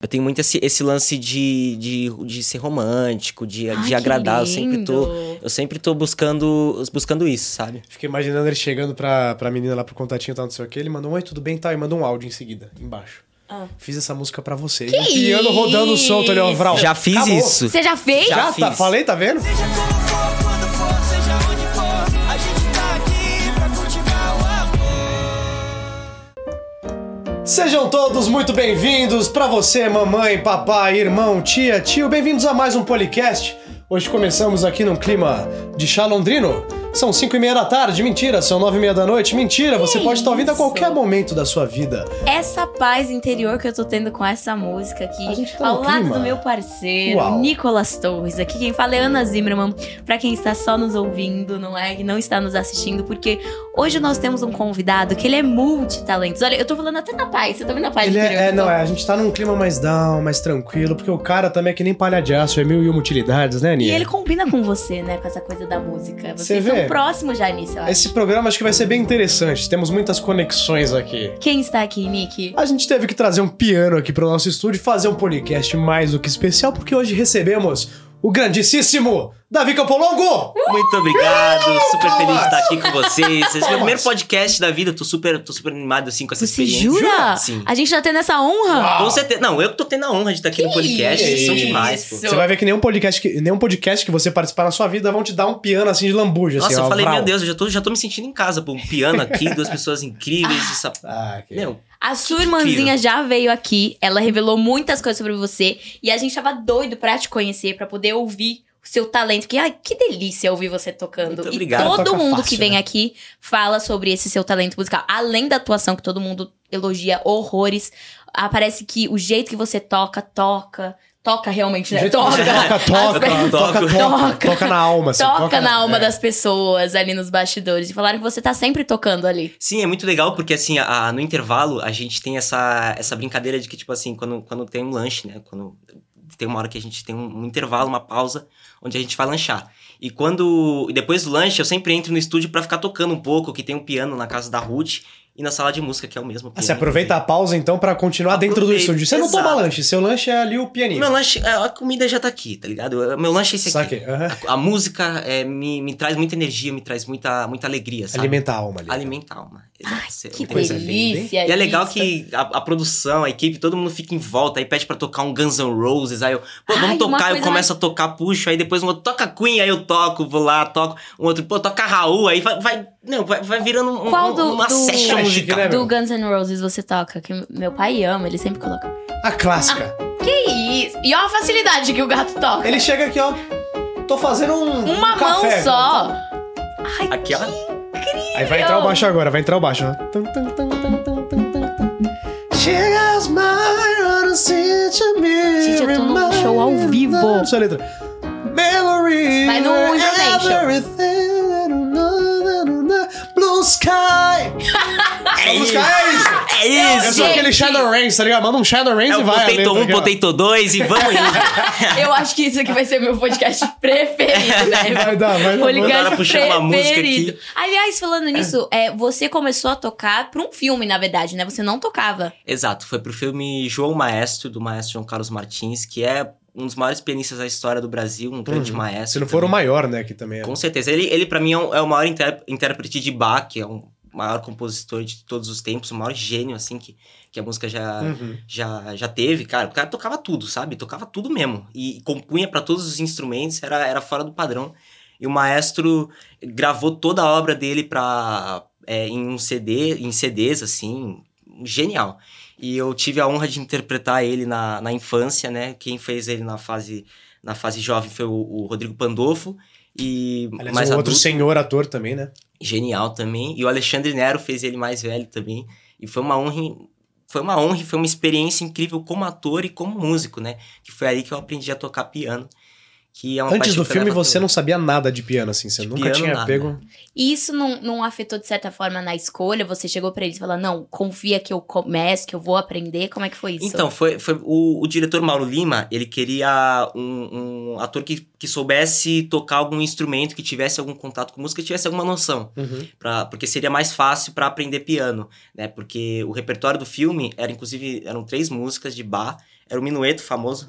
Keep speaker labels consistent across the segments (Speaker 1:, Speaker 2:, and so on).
Speaker 1: Eu tenho muito esse, esse lance de, de, de ser romântico, É de,
Speaker 2: Ai,
Speaker 1: de
Speaker 2: que
Speaker 1: agradar. Eu sempre tô.
Speaker 2: lindo.
Speaker 1: Eu sempre tô buscando, buscando isso, sabe?
Speaker 3: Fiquei imaginando ele chegando pra, pra menina lá pro contatinho, tal, não sei o que. Ele mandou um oi, tudo bem, tá? E mandou um áudio em seguida, embaixo.
Speaker 2: Ah.
Speaker 3: Fiz essa música pra você. E o piano rodando solto ali, ó, Vral.
Speaker 1: Já fiz
Speaker 3: Acabou.
Speaker 1: isso.
Speaker 2: Você já fez?
Speaker 3: Já,
Speaker 1: Já
Speaker 3: tá,
Speaker 1: fiz.
Speaker 3: falei, tá vendo?
Speaker 4: Seja como for, quando for, seja onde for, a gente tá aqui pra cultivar o amor.
Speaker 3: Sejam todos muito bem-vindos pra você, mamãe, papai, irmão, tia, tio. Bem-vindos a mais um podcast. Hoje começamos aqui num clima de chalondrino. São 5 e meia da tarde, mentira, são 9 e meia da noite, mentira. você pode estar ouvindo a
Speaker 2: isso?
Speaker 3: qualquer momento da sua vida.
Speaker 2: Essa paz interior que eu tô tendo com essa música aqui,
Speaker 3: A gente tá
Speaker 2: ao
Speaker 3: no
Speaker 2: lado
Speaker 3: clima.
Speaker 2: do meu parceiro,
Speaker 3: Uau.
Speaker 2: Nicolas Torres. Aqui quem fala é Ana Zimmermann, pra quem está só nos ouvindo, não é? Que não está nos assistindo, porque hoje nós temos um convidado que ele é multitalentos. Olha, eu tô falando até na paz, você tá vendo a paz
Speaker 3: Ele
Speaker 2: interior?
Speaker 3: é, é,
Speaker 2: que eu
Speaker 3: não,
Speaker 2: tô?
Speaker 3: é, a gente tá num clima mais down, mais tranquilo, porque o cara também é que nem palha de aço, é mil e uma utilidades, né,
Speaker 2: E
Speaker 3: Aninha?
Speaker 2: ele combina com você, né? Com essa coisa da música.
Speaker 3: Você
Speaker 2: Vocês são
Speaker 3: vê?
Speaker 2: próximos já nisso, eu acho.
Speaker 3: Esse programa acho que vai ser bem interessante, temos muitas conexões aqui.
Speaker 2: Quem está aqui, Nick?
Speaker 3: A gente teve que trazer um piano aqui pro nosso estúdio e fazer um podcast mais do que especial, porque hoje recebemos o grandíssimo Davi Capolongo!
Speaker 1: Muito obrigado, super
Speaker 3: palmas!
Speaker 1: feliz de estar aqui com vocês. Esse é
Speaker 3: Palmas!
Speaker 1: o primeiro podcast da vida, eu tô super, tô super animado assim com essa
Speaker 2: Você
Speaker 1: experiência.
Speaker 2: jura?
Speaker 1: Sim.
Speaker 2: A gente tá tendo essa honra?
Speaker 3: Ah,
Speaker 1: Com certeza. Não, eu que tô tendo a honra de estar aqui no podcast, vocês são
Speaker 3: isso?
Speaker 1: demais, pô.
Speaker 3: Você vai ver que nenhum podcast que, nenhum podcast que você participar na sua vida vão te dar um piano assim de lambuja,
Speaker 1: Nossa,
Speaker 3: assim, ó,
Speaker 1: eu falei,
Speaker 3: vrau.
Speaker 1: meu Deus, eu já tô, já tô me sentindo em casa, pô. Um piano aqui, duas pessoas incríveis, essa...
Speaker 3: Ah, que...
Speaker 1: Meu,
Speaker 2: A sua irmãzinha já veio aqui, ela revelou muitas coisas sobre você e a gente tava doido pra te conhecer, pra poder ouvir o seu talento. Que, ai, que delícia ouvir você tocando.
Speaker 1: Muito
Speaker 2: E
Speaker 1: obrigado.
Speaker 2: todo
Speaker 3: Toca
Speaker 2: mundo
Speaker 3: fácil,
Speaker 2: que vem
Speaker 3: né?
Speaker 2: aqui fala sobre esse seu talento musical. Além da atuação que todo mundo elogia horrores, ah, parece que o jeito que você toca, toca. Toca realmente,
Speaker 3: Do
Speaker 2: né?
Speaker 3: jeito que
Speaker 2: toca.
Speaker 3: você Toca, toca,
Speaker 1: As-
Speaker 3: toca, toca,
Speaker 2: Toca.
Speaker 3: toca na alma, assim,
Speaker 2: Toca, na alma
Speaker 3: é.
Speaker 2: das pessoas ali nos bastidores. E falaram que você tá sempre tocando ali.
Speaker 1: Sim, é muito legal porque, assim, a- a- no intervalo a gente tem essa, essa brincadeira de que, tipo assim, quando, quando tem um lanche, né? Quando tem uma hora que a gente tem um, um intervalo, uma pausa, onde a gente vai lanchar. E quando. E depois do lanche, eu sempre entro no estúdio pra ficar tocando um pouco, que tem um piano na casa da Ruth e na sala de música, que é o mesmo.
Speaker 3: Ah,
Speaker 1: piano,
Speaker 3: Você aproveita a pausa então pra continuar dentro do
Speaker 1: Aproveita,
Speaker 3: estúdio. Você não
Speaker 1: exato.
Speaker 3: toma lanche, seu lanche é ali o
Speaker 1: O
Speaker 3: pianinho.
Speaker 1: Meu lanche, a a comida já tá aqui, tá ligado? O Meu lanche é esse aqui.
Speaker 3: Saquei, aham.
Speaker 1: A, a música é, me, me traz muita energia, me traz muita, muita alegria, sabe?
Speaker 3: Alimenta a alma ali.
Speaker 1: Alimenta a alma. Exato. Você- é
Speaker 2: Que
Speaker 1: tem essa-
Speaker 3: coisa linda, hein?
Speaker 2: delícia.
Speaker 1: E é legal
Speaker 2: isso.
Speaker 1: que a, a produção, a equipe, todo mundo fica em volta, aí pede pra tocar um Guns N' Roses, aí eu, pô,
Speaker 2: Ai,
Speaker 1: vamos
Speaker 2: uma
Speaker 1: tocar, eu
Speaker 2: coisa
Speaker 1: começo a tocar, puxo, aí depois um outro toca Queen, aí eu toco, vou lá, toco, um outro, pô, toca Raul, aí vai, vai, não, vai, vai virando um-
Speaker 2: Qual
Speaker 1: um-
Speaker 2: do-
Speaker 1: uma
Speaker 2: do-
Speaker 1: session
Speaker 3: É chique,
Speaker 1: musical.
Speaker 3: né,
Speaker 2: Do Guns N' Roses você toca, que meu pai ama, ele sempre coloca.
Speaker 3: A clássica.
Speaker 2: Que isso? E olha a facilidade que o gato toca.
Speaker 3: Ele chega aqui, ó. Tô fazendo um. um
Speaker 2: Uma mão
Speaker 3: café.
Speaker 2: só. Ai,
Speaker 1: Aqui, ó.
Speaker 3: Aí vai entrar o baixo agora, vai entrar o baixo. ó. Tum, tum, tum, tum, tum, tum, tum, tum. Chega as
Speaker 2: Gente,
Speaker 3: Gente,
Speaker 2: eu tô num show ao vivo.
Speaker 3: Sua letra. Memory.
Speaker 2: Vai no Information.
Speaker 3: Blue Sky.
Speaker 1: É
Speaker 3: Blue
Speaker 1: isso,
Speaker 3: Sky é isso.
Speaker 1: é
Speaker 3: Eu
Speaker 1: isso!
Speaker 3: sou
Speaker 2: Gente.
Speaker 3: aquele Shadow Rains, tá ligado? Manda um Shadow Rains
Speaker 1: É
Speaker 3: e
Speaker 1: o
Speaker 3: vai. a
Speaker 1: Potato
Speaker 3: letra
Speaker 1: 1,
Speaker 3: aqui, ó.
Speaker 1: Potato 2 e vamos indo.
Speaker 2: Eu acho que isso aqui vai ser meu podcast preferido, né?
Speaker 3: Vai dar, vai
Speaker 1: Toda hora
Speaker 3: dar.
Speaker 2: Podcast
Speaker 1: puxando uma música
Speaker 2: preferido.
Speaker 1: aqui.
Speaker 2: Aliás, falando nisso, é, você começou a tocar pra um filme, na verdade, né? Você não tocava.
Speaker 1: Exato, foi pro filme João Maestro, do maestro João Carlos Martins, que é um dos maiores pianistas da história do Brasil, um grande
Speaker 3: Uhum.
Speaker 1: maestro.
Speaker 3: Se não for o
Speaker 1: também.
Speaker 3: maior, né? Que também é.
Speaker 1: Com certeza. Ele, ele para mim, é, um- é o maior inter- intérprete de Bach, que é o maior compositor de todos os tempos, o maior gênio, assim, que, que a música já,
Speaker 3: Uhum.
Speaker 1: já, já teve. Cara, o cara tocava tudo, sabe? Tocava tudo mesmo. E compunha pra todos os instrumentos, era, era fora do padrão. E o maestro gravou toda a obra dele pra, é, em um CD, em CDs, assim, genial. E eu tive a honra de interpretar ele na, na infância, né? Quem fez ele na fase, na fase jovem foi o, o Rodrigo Pandolfo. E
Speaker 3: Aliás,
Speaker 1: mais
Speaker 3: um outro
Speaker 1: adulto,
Speaker 3: senhor ator também, né?
Speaker 1: genial também. E o Alexandre Nero fez ele mais velho também. E foi uma honra, em- foi uma honra e foi uma experiência incrível como ator e como músico, né? Que foi aí que eu aprendi a tocar piano. Que é uma
Speaker 3: Antes
Speaker 1: paixão
Speaker 3: do
Speaker 1: que eu levo
Speaker 3: filme,
Speaker 1: até
Speaker 3: você
Speaker 1: hoje.
Speaker 3: não sabia nada de piano, assim. Você
Speaker 1: De
Speaker 3: nunca
Speaker 1: piano,
Speaker 3: tinha
Speaker 1: nada.
Speaker 3: pego.
Speaker 2: E isso não, não afetou, de certa forma, na escolha? Você chegou pra eles e falou, não, confia que eu começo, que eu vou aprender. Como é que foi isso?
Speaker 1: Então, foi, foi o, o diretor Mauro Lima, ele queria um, um ator que, que soubesse tocar algum instrumento, que tivesse algum contato com música, que tivesse alguma noção.
Speaker 3: Uhum.
Speaker 1: Pra- porque seria mais fácil para aprender piano, né? Porque o repertório do filme era, inclusive, eram três músicas de Bach, Era o Minueto famoso.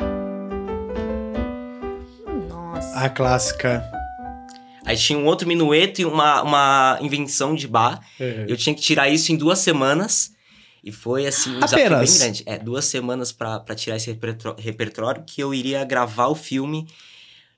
Speaker 2: Nossa.
Speaker 3: A clássica.
Speaker 1: Aí tinha um outro Minueto e uma, uma invenção de bar.
Speaker 3: É.
Speaker 1: Eu tinha que tirar isso em duas semanas. E foi assim, um desafio
Speaker 3: Apenas?
Speaker 1: bem grande. É, duas semanas pra pra tirar esse repertro- repertório que eu iria gravar o filme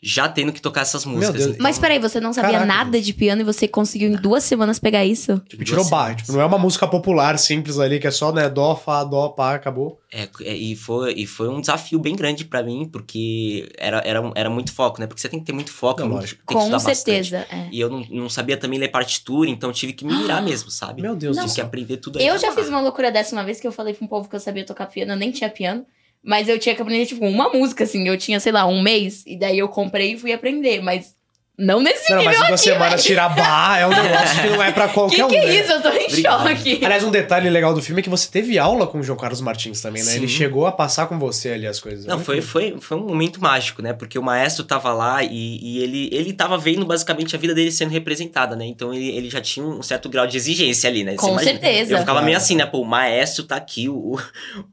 Speaker 1: já tendo que tocar essas músicas.
Speaker 3: Deus.
Speaker 1: Então,
Speaker 2: Mas peraí, você não sabia
Speaker 3: Caraca,
Speaker 2: nada de piano e você conseguiu em duas semanas pegar isso?
Speaker 1: tipo,
Speaker 3: Tipo,
Speaker 1: duas
Speaker 3: tirou bar.
Speaker 1: semanas.
Speaker 3: Tipo, não é uma música popular simples ali, que é só, né, dó, fá, dó, pá, acabou.
Speaker 1: É, é, e, foi, e foi um desafio bem grande pra mim, porque era, era, um- era muito foco, né? Porque você tem que ter muito foco,
Speaker 3: Não,
Speaker 1: muito-
Speaker 3: lógico.
Speaker 1: tem que
Speaker 2: Com
Speaker 1: estudar bastante.
Speaker 2: certeza. é.
Speaker 1: E eu não, não sabia também ler partitura, então eu tive que me virar mesmo, sabe?
Speaker 3: Ah, Meu Deus do
Speaker 1: tive que
Speaker 3: céu.
Speaker 1: aprender tudo aí
Speaker 2: Eu
Speaker 1: na
Speaker 2: já
Speaker 1: marra.
Speaker 2: fiz uma loucura dessa uma vez que eu falei pra um povo que eu sabia tocar piano, eu nem tinha piano. Mas eu tinha que aprender, tipo, uma música, assim. Eu tinha, sei lá, um mês, e daí eu comprei e fui aprender, mas não nesse
Speaker 3: Não, mas em
Speaker 2: nível
Speaker 3: duas
Speaker 2: aqui,
Speaker 3: semanas
Speaker 2: velho.
Speaker 3: tirar bar é um negócio que não é pra
Speaker 2: Que que
Speaker 3: qualquer um. né?
Speaker 2: é isso? Eu tô em
Speaker 1: Obrigado.
Speaker 2: choque.
Speaker 3: Aliás, um detalhe legal do filme é que você teve aula com o João Carlos Martins também, né? Ele
Speaker 1: Sim.
Speaker 3: chegou a passar com você ali as coisas.
Speaker 1: Não,
Speaker 3: Olha
Speaker 1: foi,
Speaker 3: que-
Speaker 1: foi, foi um momento mágico, né? Porque o maestro tava lá e, e ele, ele tava vendo basicamente a vida dele sendo representada, né? Então ele, ele já tinha um certo grau de exigência ali, né? Você
Speaker 2: Com
Speaker 1: imagina?
Speaker 2: certeza.
Speaker 1: Eu ficava meio
Speaker 3: Claro.
Speaker 1: assim, né? Pô, o maestro tá aqui, o, o-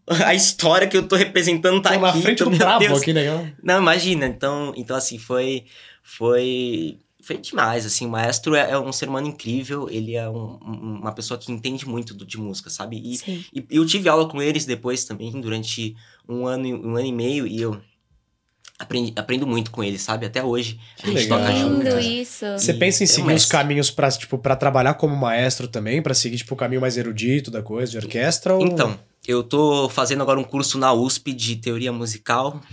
Speaker 1: a história que eu tô representando tá
Speaker 3: Tô
Speaker 1: aqui.
Speaker 3: na frente
Speaker 1: então,
Speaker 3: do
Speaker 1: meu
Speaker 3: brabo
Speaker 1: Deus.
Speaker 3: aqui, né?
Speaker 1: Não, imagina. Então, então assim, foi. Foi. Foi demais, assim, o maestro é, é um ser humano incrível, ele é um- um- uma pessoa que entende muito do- de música, sabe? E
Speaker 2: Sim.
Speaker 1: e eu tive aula com eles depois também, durante um ano, e- um ano e meio, e eu aprendi, aprendo muito com eles, sabe? Até hoje.
Speaker 3: Que
Speaker 1: a gente
Speaker 3: legal.
Speaker 1: toca junto.
Speaker 2: Lindo
Speaker 3: cara.
Speaker 2: isso.
Speaker 3: Você
Speaker 1: E
Speaker 3: pensa em
Speaker 1: é um
Speaker 3: seguir os
Speaker 1: mestre.
Speaker 3: caminhos pra, tipo, pra trabalhar como maestro também, pra seguir, tipo, o caminho mais erudito da coisa, de orquestra? Ou...
Speaker 1: Então, eu tô fazendo agora um curso na USP de teoria musical,
Speaker 3: animal.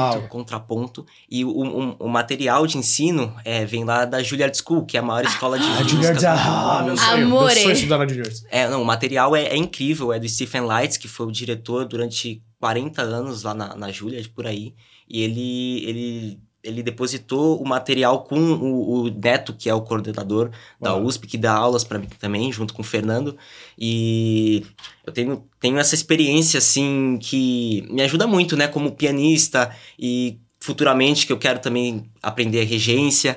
Speaker 1: partimento, contraponto, e o, o- o material de ensino é, vem lá da Juilliard School, que é a maior escola de
Speaker 3: A
Speaker 1: música
Speaker 3: Juilliard,
Speaker 1: do
Speaker 3: ah,
Speaker 1: mundo.
Speaker 3: meu sonho. Meu
Speaker 2: Amore.
Speaker 3: sonho é estudar na Juilliard.
Speaker 1: É, não, o material é, é incrível, é do Stephen Lights, que foi o diretor durante 40 anos lá na, na Júlia, por aí. E ele, ele, ele depositou o material com o, o Neto, que é o coordenador da
Speaker 3: Uau.
Speaker 1: USP, que dá aulas para mim também, junto com o Fernando. E eu tenho, tenho essa experiência, assim, que me ajuda muito, né, como pianista e futuramente que eu quero também aprender a regência,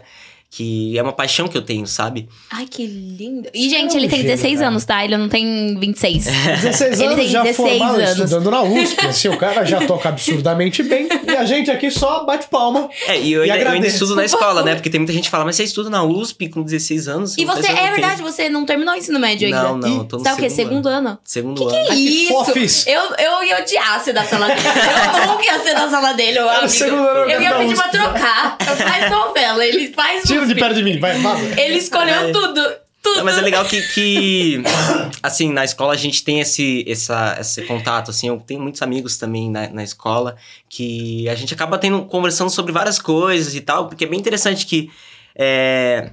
Speaker 1: que é uma paixão que eu tenho, sabe?
Speaker 2: Ai, que lindo. E,
Speaker 3: Esse cara
Speaker 2: gente,
Speaker 3: é um
Speaker 2: ele tem
Speaker 3: gênio,
Speaker 2: 16
Speaker 3: cara.
Speaker 2: anos, tá? Ele não tem 26.
Speaker 3: 16
Speaker 2: Ele
Speaker 3: anos
Speaker 2: tem
Speaker 3: já
Speaker 2: 16
Speaker 3: formado,
Speaker 2: anos.
Speaker 3: estudando na USP. Assim, o cara já toca absurdamente bem. E a gente aqui só bate palma.
Speaker 1: É, e eu,
Speaker 3: E
Speaker 1: ainda, eu ainda
Speaker 3: agradeço.
Speaker 1: estudo na escola, né? Porque tem muita gente que fala, mas você estuda na USP com 16 anos?
Speaker 2: E
Speaker 1: Mas
Speaker 2: você,
Speaker 1: eu não
Speaker 2: é
Speaker 1: tenho.
Speaker 2: verdade, você não terminou o ensino médio ainda.
Speaker 1: Não, não, eu tô no
Speaker 2: Tá o quê?
Speaker 1: segundo
Speaker 2: Segundo ano?
Speaker 1: Segundo ano.
Speaker 3: Ai, que
Speaker 2: Isso!
Speaker 3: fofis.
Speaker 2: Eu, eu ia odiar ser da sala dele. Eu nunca ia ser da sala dele, eu
Speaker 3: Era é o
Speaker 2: amigo.
Speaker 3: segundo tá ano,
Speaker 2: Eu ia
Speaker 3: não,
Speaker 2: pedir pra
Speaker 3: não.
Speaker 2: trocar. Eu faz novela, ele faz
Speaker 3: Tira de
Speaker 2: USP.
Speaker 3: perto de mim, vai, vaza.
Speaker 2: Ele escolheu tudo. Tudo.
Speaker 1: Não, mas é legal que, que, assim, na escola a gente tem esse, essa, esse contato, assim, eu tenho muitos amigos também na, na escola, que a gente acaba tendo, conversando sobre várias coisas e tal, porque é bem interessante que, é,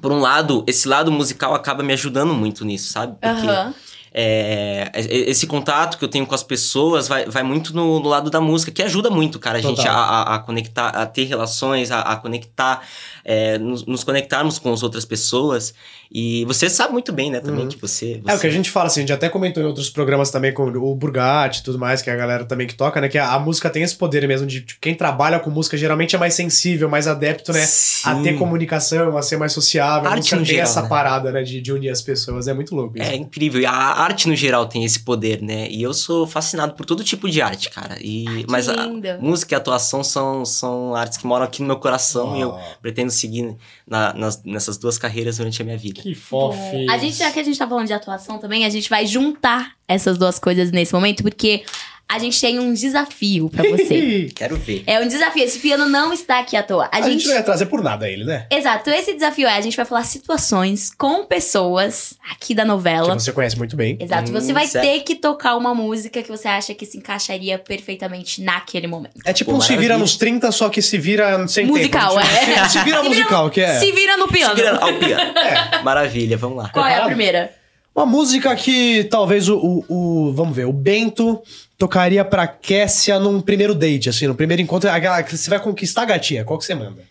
Speaker 1: por um lado, esse lado musical acaba me ajudando muito nisso, sabe? Porque
Speaker 2: Aham.
Speaker 1: É, e- esse contato que eu tenho com as pessoas vai, vai muito no, no lado da música, que ajuda muito, cara, a
Speaker 3: Total.
Speaker 1: gente a, a- a conectar, a ter relações, a, a conectar, é, nos, nos conectarmos com as outras pessoas. E você sabe muito bem, né, também,
Speaker 3: Uhum.
Speaker 1: que você. você
Speaker 3: É o que a gente fala, assim, a gente até comentou em outros programas também com o Burgatti e tudo mais, que é a galera também que toca, né? Que a, a música tem esse poder mesmo de, tipo, quem trabalha com música geralmente é mais sensível, mais adepto, né?
Speaker 1: Sim.
Speaker 3: A ter comunicação, a ser mais sociável. A
Speaker 1: Arte
Speaker 3: música
Speaker 1: no
Speaker 3: tem
Speaker 1: geral,
Speaker 3: essa
Speaker 1: né?
Speaker 3: parada, né? De, de unir as pessoas. É muito louco isso.
Speaker 1: É incrível. E a arte no geral tem esse poder, né? E eu sou fascinado por todo tipo de arte, cara. E, mas
Speaker 2: Ah, que
Speaker 1: a
Speaker 2: lindo.
Speaker 1: música e a atuação são, são artes que moram aqui no meu coração e então, eu
Speaker 3: Ah,
Speaker 1: pretendo seguir na- nas- nessas duas carreiras durante a minha vida.
Speaker 3: Que
Speaker 2: A gente, já que a gente tá falando de atuação também, a gente vai juntar essas duas coisas nesse momento, porque a gente tem um desafio pra você.
Speaker 1: Quero ver.
Speaker 2: é um desafio. Esse piano não está aqui à toa.
Speaker 3: a gente não ia trazer por nada ele, né?
Speaker 2: Exato, esse desafio é: a gente vai falar situações com pessoas aqui da novela.
Speaker 3: Que você conhece muito bem.
Speaker 2: Exato,
Speaker 1: Hum,
Speaker 2: você vai
Speaker 1: certo.
Speaker 2: ter que tocar uma música que você acha que se encaixaria perfeitamente naquele momento.
Speaker 3: É tipo
Speaker 1: Pô,
Speaker 3: um Se Vira
Speaker 1: maravilha.
Speaker 3: nos 30, só que se vira sem
Speaker 2: Musical,
Speaker 3: tempo. tipo,
Speaker 2: é.
Speaker 3: Se vira musical, que é.
Speaker 2: Se vira no piano.
Speaker 1: Segurando ao piano. Maravilha, vamos lá.
Speaker 2: Qual é a
Speaker 3: Preparado?
Speaker 2: primeira?
Speaker 3: Uma música que talvez o, o- o- Vamos ver, o Bento tocaria pra Kessia num primeiro date, assim, no primeiro encontro. Aquela que você vai conquistar a gatinha. Qual que você manda?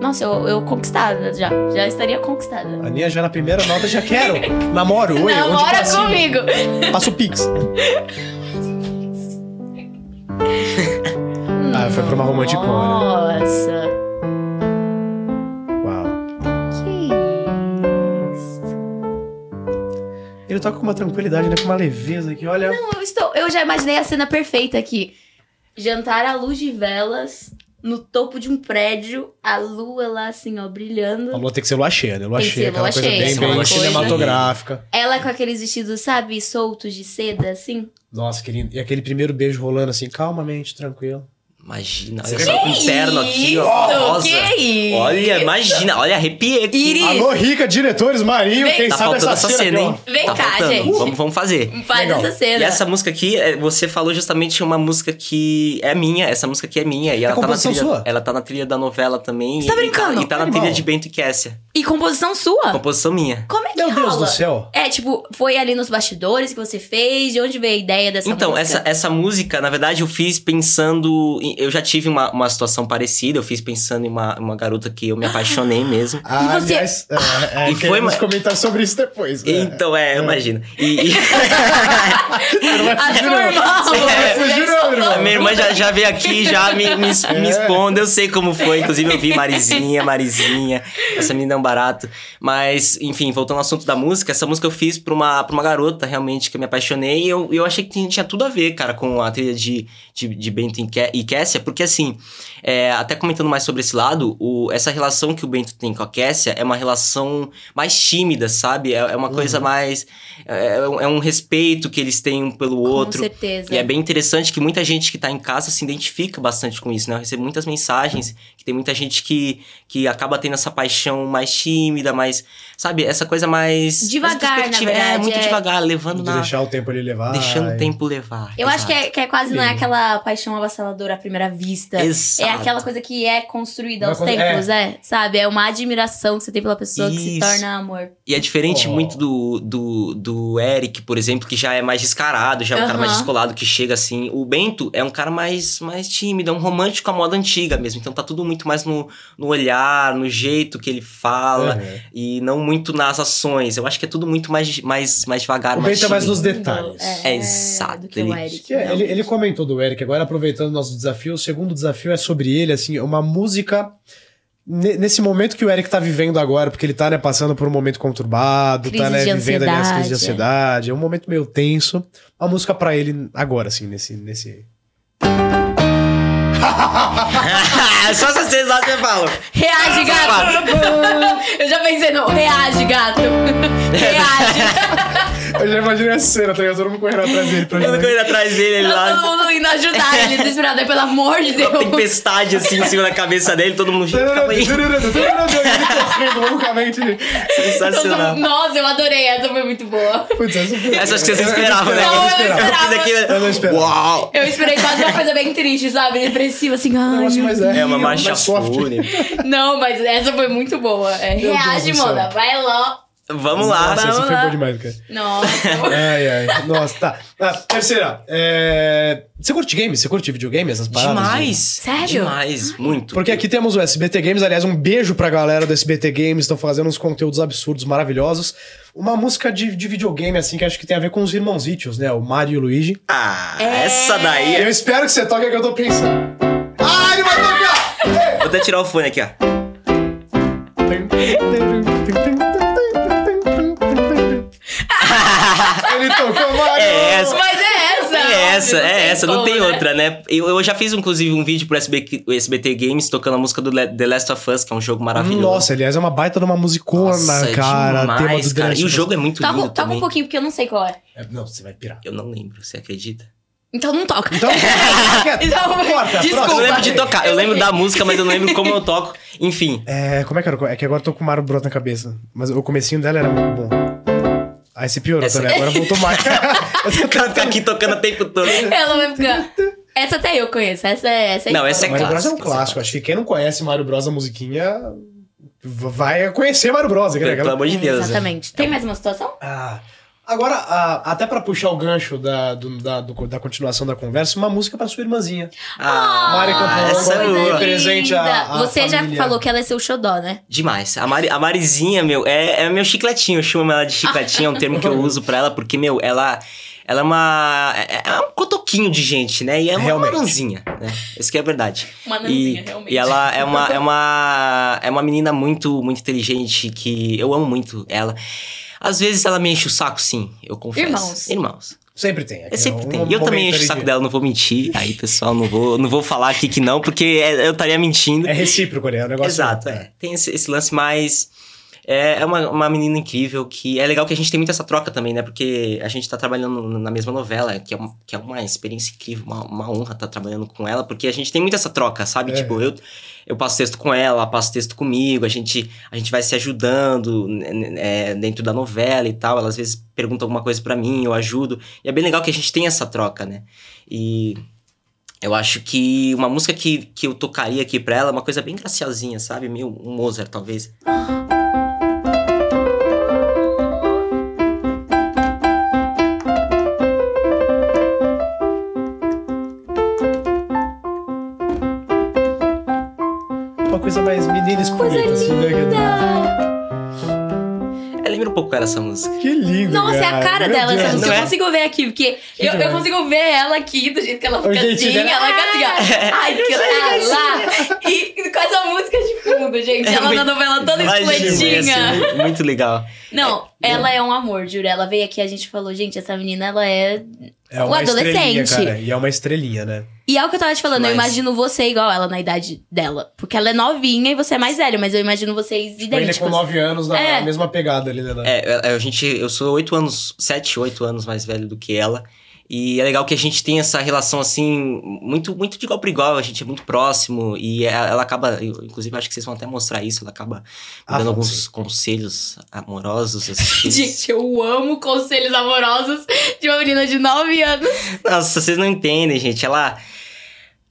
Speaker 2: Nossa, eu, eu conquistada já. Já estaria conquistada.
Speaker 3: A Aninha já na primeira nota já quero. Namoro, oi, onde
Speaker 2: Hum. Namora
Speaker 3: passa?
Speaker 2: comigo.
Speaker 3: Passa o Pix. Ah, foi pra uma romanticona.
Speaker 2: Nossa.
Speaker 3: Uau.
Speaker 2: Que isso.
Speaker 3: Eu ele toca com uma tranquilidade, né? Com uma leveza aqui, olha.
Speaker 2: Eu, estou, eu já imaginei a cena perfeita aqui. Jantar à luz de velas, no topo de um prédio, a lua lá assim, ó, brilhando.
Speaker 3: A lua tem que ser lua cheia, né? Lua
Speaker 2: Tem que
Speaker 3: cheia,
Speaker 2: ser
Speaker 3: aquela
Speaker 2: lua
Speaker 3: coisa
Speaker 2: cheia,
Speaker 3: bem,
Speaker 2: isso é
Speaker 3: bem
Speaker 2: uma coisa.
Speaker 3: cinematográfica.
Speaker 2: Ela com aqueles vestidos, sabe, soltos de seda, assim.
Speaker 3: Nossa, que lindo. E aquele primeiro beijo rolando assim, calmamente, tranquilo.
Speaker 1: Imagina,
Speaker 3: Você
Speaker 1: olha só com
Speaker 2: Que
Speaker 1: um terno aqui, ó, rosa.
Speaker 2: isso? Que isso?
Speaker 1: Olha, imagina, olha, arrepiei aqui.
Speaker 2: Iris.
Speaker 3: Alô, Rica, diretores, Marinho,
Speaker 2: Vem-
Speaker 3: quem
Speaker 1: Tá
Speaker 3: sabe
Speaker 1: faltando
Speaker 3: essa,
Speaker 1: essa cena,
Speaker 3: aqui, ó.
Speaker 1: hein?
Speaker 2: Vem
Speaker 1: tá
Speaker 2: cá,
Speaker 1: faltando.
Speaker 2: gente.
Speaker 1: Vamos, vamos fazer.
Speaker 2: Faz
Speaker 3: Legal.
Speaker 2: essa cena.
Speaker 1: E essa música aqui, é, você falou justamente uma música que é minha, essa música aqui é minha. E ela tá na
Speaker 3: composição
Speaker 1: trilha,
Speaker 3: sua?
Speaker 1: ela tá na trilha da novela também.
Speaker 2: Você tá
Speaker 1: e- e
Speaker 2: brincando?
Speaker 1: E tá, na
Speaker 3: Animal.
Speaker 1: trilha de Bento e Kessia.
Speaker 2: E composição sua?
Speaker 1: Composição minha.
Speaker 2: Como é que
Speaker 3: Meu
Speaker 2: rola?
Speaker 3: Deus do céu.
Speaker 2: É, tipo, foi ali nos bastidores que você fez? De onde veio a ideia dessa
Speaker 1: então,
Speaker 2: música?
Speaker 1: essa, essa música, na verdade, eu fiz pensando. em- eu já tive uma, uma situação parecida, eu fiz pensando em uma, uma garota que eu me apaixonei mesmo.
Speaker 3: Ah,
Speaker 2: você-
Speaker 3: Aliás, é, é,
Speaker 1: E foi,
Speaker 3: queremos
Speaker 1: mas-
Speaker 3: comentar sobre isso depois. né?
Speaker 1: Então, é, imagina. E, e-
Speaker 2: A
Speaker 3: Fugiu,
Speaker 2: tua irmã,
Speaker 3: É,
Speaker 2: você
Speaker 3: fugiu,
Speaker 2: está
Speaker 3: irmão.
Speaker 1: a minha irmã já, já veio aqui, já me, me, es- me expondo, eu sei como foi. Inclusive, eu vi Marizinha, Marizinha, essa menina é um barato. Mas, enfim, voltando ao assunto da música, essa música eu fiz pra uma, pra uma garota realmente que eu me apaixonei e eu, eu achei que tinha- tinha tudo a ver, cara, com a trilha de, de, de Bento e Ké- e Kessia, porque assim, é, até comentando mais sobre esse lado, o- essa relação que o Bento tem com a Kessia é uma relação mais tímida, sabe? É, é uma coisa mais. É, é um- é um respeito que eles têm um pelo outro.
Speaker 2: Com certeza.
Speaker 1: E é bem interessante que muita gente que tá em casa se identifica bastante com isso, né? Eu recebo muitas mensagens que tem muita gente que, que acaba tendo essa paixão mais tímida, mais. Sabe, essa coisa mais.
Speaker 2: Devagar,
Speaker 1: mais introspectiva.
Speaker 2: na
Speaker 1: É,
Speaker 2: verdade,
Speaker 1: muito
Speaker 2: é.
Speaker 1: devagar, levando
Speaker 3: De
Speaker 1: na.
Speaker 3: deixar o tempo ele levar.
Speaker 1: Deixando
Speaker 3: e-
Speaker 1: o tempo levar.
Speaker 2: Eu acho que é, que é quase não é
Speaker 3: Sim.
Speaker 2: aquela paixão avassaladora à primeira vista.
Speaker 1: Exato.
Speaker 2: É aquela coisa que é construída aos
Speaker 3: Vai quando-
Speaker 2: tempos, é. Sabe? É uma admiração que você tem pela pessoa que se
Speaker 1: Isso.
Speaker 2: torna amor.
Speaker 1: E é diferente
Speaker 3: Oh.
Speaker 1: muito do, do, do Eric, por exemplo, que já é mais descarado, já é um cara mais
Speaker 2: Aham.
Speaker 1: descolado, que chega assim. O Bento é um cara mais, mais tímido, é um romântico à moda antiga mesmo. Então tá tudo muito mais no, no olhar, no jeito que ele fala.
Speaker 3: Uhum.
Speaker 1: e não muito nas ações. Eu acho que é tudo muito mais, mais, mais devagar,
Speaker 3: O
Speaker 1: mais
Speaker 3: Bento é mais
Speaker 1: tímido.
Speaker 3: nos detalhes.
Speaker 1: É, exato,
Speaker 2: Do que o
Speaker 1: ele-
Speaker 2: Eric.
Speaker 3: Que é,
Speaker 2: não.
Speaker 3: ele, ele comentou do Eric, agora aproveitando o nosso desafio, o segundo desafio é sobre ele, assim, uma música. ne- Nesse momento que o Eric tá vivendo agora, porque ele tá, né, passando por um momento conturbado,
Speaker 2: Crise
Speaker 3: tá, né,
Speaker 2: de
Speaker 3: vivendo ali as crises
Speaker 2: ansiedade, é.
Speaker 3: de ansiedade, é um momento meio tenso. Uma música pra ele agora, assim, nesse. nesse...
Speaker 1: Só se vocês lá você fala.
Speaker 2: Reage, gato! Eu já pensei no reage, gato! Reage!
Speaker 3: Eu já imaginei essa cena, tá ligado? Todo mundo correndo atrás dele pra né?
Speaker 1: Eu não
Speaker 3: ajudar.
Speaker 1: corri atrás dele ele
Speaker 2: Tá
Speaker 1: lá.
Speaker 2: todo mundo indo ajudar ele, desesperado, aí, pelo amor de Deus!
Speaker 1: Uma tempestade assim em cima da cabeça dele, todo mundo calma aí.
Speaker 3: Ele correndo loucamente.
Speaker 2: Todo mundo-
Speaker 1: Sensacional.
Speaker 2: Nossa, eu adorei, essa foi muito boa.
Speaker 3: Putz, essa foi-
Speaker 1: Essa acho que vocês
Speaker 3: Eu- eu
Speaker 1: esperavam, né?
Speaker 2: Não, eu
Speaker 1: Eu
Speaker 2: esperava.
Speaker 1: fiz aqui. né?
Speaker 3: Eu não esperava.
Speaker 1: Uau!
Speaker 2: Eu esperei quase uma coisa bem triste, sabe? Depressiva, assim,
Speaker 3: Um
Speaker 2: ai,
Speaker 3: negócio
Speaker 2: meu
Speaker 3: mais
Speaker 2: Deus.
Speaker 1: É uma
Speaker 3: mais
Speaker 1: marcha
Speaker 3: soft.
Speaker 1: fúnebre.
Speaker 2: Não, mas essa foi muito boa. É,
Speaker 3: é. Meu Deus
Speaker 2: reage,
Speaker 3: do céu.
Speaker 2: mona. Vai lá.
Speaker 1: Vamos lá.
Speaker 3: Nossa, essa
Speaker 2: Vamos
Speaker 3: foi
Speaker 2: lá.
Speaker 3: boa demais, cara.
Speaker 2: Nossa.
Speaker 3: Ai, ai. Nossa, tá. Ah, terceira. é, Você curte games? Você curte videogame? Essas paradas? de-
Speaker 1: Demais.
Speaker 2: Sério?
Speaker 1: Demais, muito.
Speaker 3: Porque aqui temos o SBT Games. Aliás, um beijo pra galera do SBT Games. Estão fazendo uns conteúdos absurdos, maravilhosos. Uma música de, de videogame, assim, que acho que tem a ver com os irmãozitos, né? O Mario e o Luigi.
Speaker 1: Ah,
Speaker 2: É.
Speaker 1: essa daí.
Speaker 3: Eu espero que você toque a que eu tô pensando. Ah, ele vai tocar!
Speaker 1: Vou até tirar o fone aqui, ó. É,
Speaker 3: Ele tocou Mario!
Speaker 1: É essa.
Speaker 2: Mas é essa.
Speaker 1: É essa,
Speaker 2: óbvio,
Speaker 1: é essa, não
Speaker 2: como,
Speaker 1: tem
Speaker 2: né?
Speaker 1: outra, né? Eu, eu já fiz, inclusive, um vídeo pro SB, o SBT Games tocando a música do Le- The Last of Us, que é um jogo maravilhoso.
Speaker 3: Nossa, aliás, é uma baita de uma musicona,
Speaker 1: Nossa, é
Speaker 3: cara. tema do
Speaker 1: demais, cara.
Speaker 3: Dance
Speaker 1: E o jogo é muito
Speaker 2: Toca,
Speaker 1: lindo
Speaker 2: toca
Speaker 1: também.
Speaker 2: um pouquinho, porque eu não sei qual é.
Speaker 3: É, Não, você vai pirar.
Speaker 1: Eu não lembro, você acredita?
Speaker 2: Então não toca.
Speaker 3: Então,
Speaker 2: Então,
Speaker 3: corta,
Speaker 2: desculpa.
Speaker 3: próximo.
Speaker 1: Eu lembro de tocar, eu lembro da música, mas eu não lembro como eu toco. Enfim,
Speaker 3: É, como é que era? É que agora eu tô com o Mario Bros na cabeça. Mas o comecinho dela era muito bom. Aí se piorou
Speaker 1: Essa
Speaker 3: também, agora voltou mais.
Speaker 1: o cara fica aqui tocando o tempo todo.
Speaker 2: Ela vai ficar. Essa até eu conheço. Essa é. Essa é
Speaker 1: Não, essa é
Speaker 3: Mario Bros é um
Speaker 1: Clássico,
Speaker 3: clássico. Acho que quem não conhece Mario Bros, a musiquinha, v- vai conhecer Mario Bros. né?
Speaker 1: Pelo
Speaker 3: Aquela-
Speaker 1: amor de Deus. né?
Speaker 2: Exatamente. Tem mais uma situação?
Speaker 3: Ah, agora, ah, até pra puxar o gancho da, do- da, do- da continuação da conversa, uma música pra sua irmãzinha.
Speaker 1: Ah,
Speaker 3: Mari Campolim,
Speaker 1: essa é
Speaker 2: coisa
Speaker 1: boa.
Speaker 2: linda.
Speaker 3: Presente a- a
Speaker 2: Você já
Speaker 3: família.
Speaker 2: falou que ela é seu xodó, né?
Speaker 1: Demais. A, Mari- a Marizinha, meu, é, é meu chicletinho. Eu chamo ela de chicletinho, é um termo que eu uso pra ela, porque, meu, ela. Ela é uma. É, é um cotoquinho de gente, né? E é uma
Speaker 3: Realmente.
Speaker 1: maranzinha, né? Isso que é a verdade.
Speaker 2: Uma nanzinha,
Speaker 1: E,
Speaker 2: realmente.
Speaker 1: e ela é uma, é uma é uma menina muito muito inteligente que eu amo muito ela. Às vezes ela me enche o saco, sim, eu confesso.
Speaker 2: Irmãos.
Speaker 1: Irmãos.
Speaker 3: Sempre tem.
Speaker 1: É,
Speaker 3: aqui,
Speaker 1: sempre
Speaker 3: um
Speaker 1: tem. E eu também
Speaker 3: momento
Speaker 1: encho o
Speaker 3: ali
Speaker 1: saco
Speaker 3: de-
Speaker 1: dela, não vou mentir. Aí, pessoal, não vou, não vou falar aqui que não, porque é- eu estaria mentindo.
Speaker 3: É recíproco, né? É um negócio.
Speaker 1: Exato, é. Tem esse, esse lance, mas é, é uma, uma menina incrível que é legal que a gente tem muito essa troca também, né? Porque a gente tá trabalhando na mesma novela, que é, um- que é uma experiência incrível, uma, uma honra estar trabalhando com ela, porque a gente tem muito essa troca, sabe?
Speaker 3: É.
Speaker 1: Tipo, eu, eu passo texto com ela, ela passa texto comigo, a gente, a gente vai se ajudando né, né, é, dentro da novela e tal. Ela às vezes pergunta alguma coisa pra mim, eu ajudo. E é bem legal que a gente tem essa troca, né? E eu acho que uma música que, que eu tocaria aqui pra ela é uma coisa bem graciosinha, sabe? Meio um Mozart, talvez.
Speaker 3: Uma coisa mais assim, meninas
Speaker 2: Coisa
Speaker 3: bonitas.
Speaker 2: linda!
Speaker 1: É, lembra um pouco ela essa música.
Speaker 3: Que lindo.
Speaker 2: Nossa, é a cara
Speaker 3: Meu
Speaker 2: dela assim? essa
Speaker 3: Deus.
Speaker 2: música.
Speaker 1: Não
Speaker 2: Eu
Speaker 1: é?
Speaker 2: consigo ver aqui, porque eu, eu
Speaker 3: demais.
Speaker 2: consigo ver ela aqui, do jeito que ela
Speaker 3: O
Speaker 2: fica
Speaker 3: jeito
Speaker 2: assim.
Speaker 3: dela.
Speaker 2: Ela fica assim, ó.
Speaker 1: Ah!
Speaker 2: Ai, que tá lá. E com essa música de fundo, gente.
Speaker 1: É
Speaker 2: Ela na
Speaker 1: muito-
Speaker 2: novela toda
Speaker 1: Vai, gente,
Speaker 2: espoletinha.
Speaker 1: essa é muito- Muito legal.
Speaker 2: Não, ela é um amor, juro. Ela veio aqui e a gente falou, gente, essa menina, ela é.
Speaker 3: É
Speaker 2: O
Speaker 3: uma estrelinha,
Speaker 2: adolescente.
Speaker 3: cara. E é uma estrelinha, né?
Speaker 2: E é o que eu tava te falando, eu
Speaker 1: Mas-
Speaker 2: imagino você igual ela na idade dela. Porque ela é novinha e você é mais velho, mas eu imagino vocês
Speaker 3: Ele
Speaker 2: idênticos.
Speaker 3: Tipo, com 9 anos na
Speaker 2: tipo É.
Speaker 3: mesma pegada ali, né? da-
Speaker 1: É, é, a gente, eu sou oito anos, sete, oito anos mais velho do que ela. E é legal que a gente tem essa relação, assim, muito, muito de igual para igual. A gente é muito próximo e ela ela acaba... eu, inclusive, acho que vocês vão até mostrar isso. Ela acaba
Speaker 3: Ah,
Speaker 1: dando
Speaker 3: sim.
Speaker 1: alguns conselhos amorosos. assim.
Speaker 2: Gente, eu amo conselhos amorosos de uma menina de 9 anos.
Speaker 1: Nossa, vocês não entendem, gente. Ela.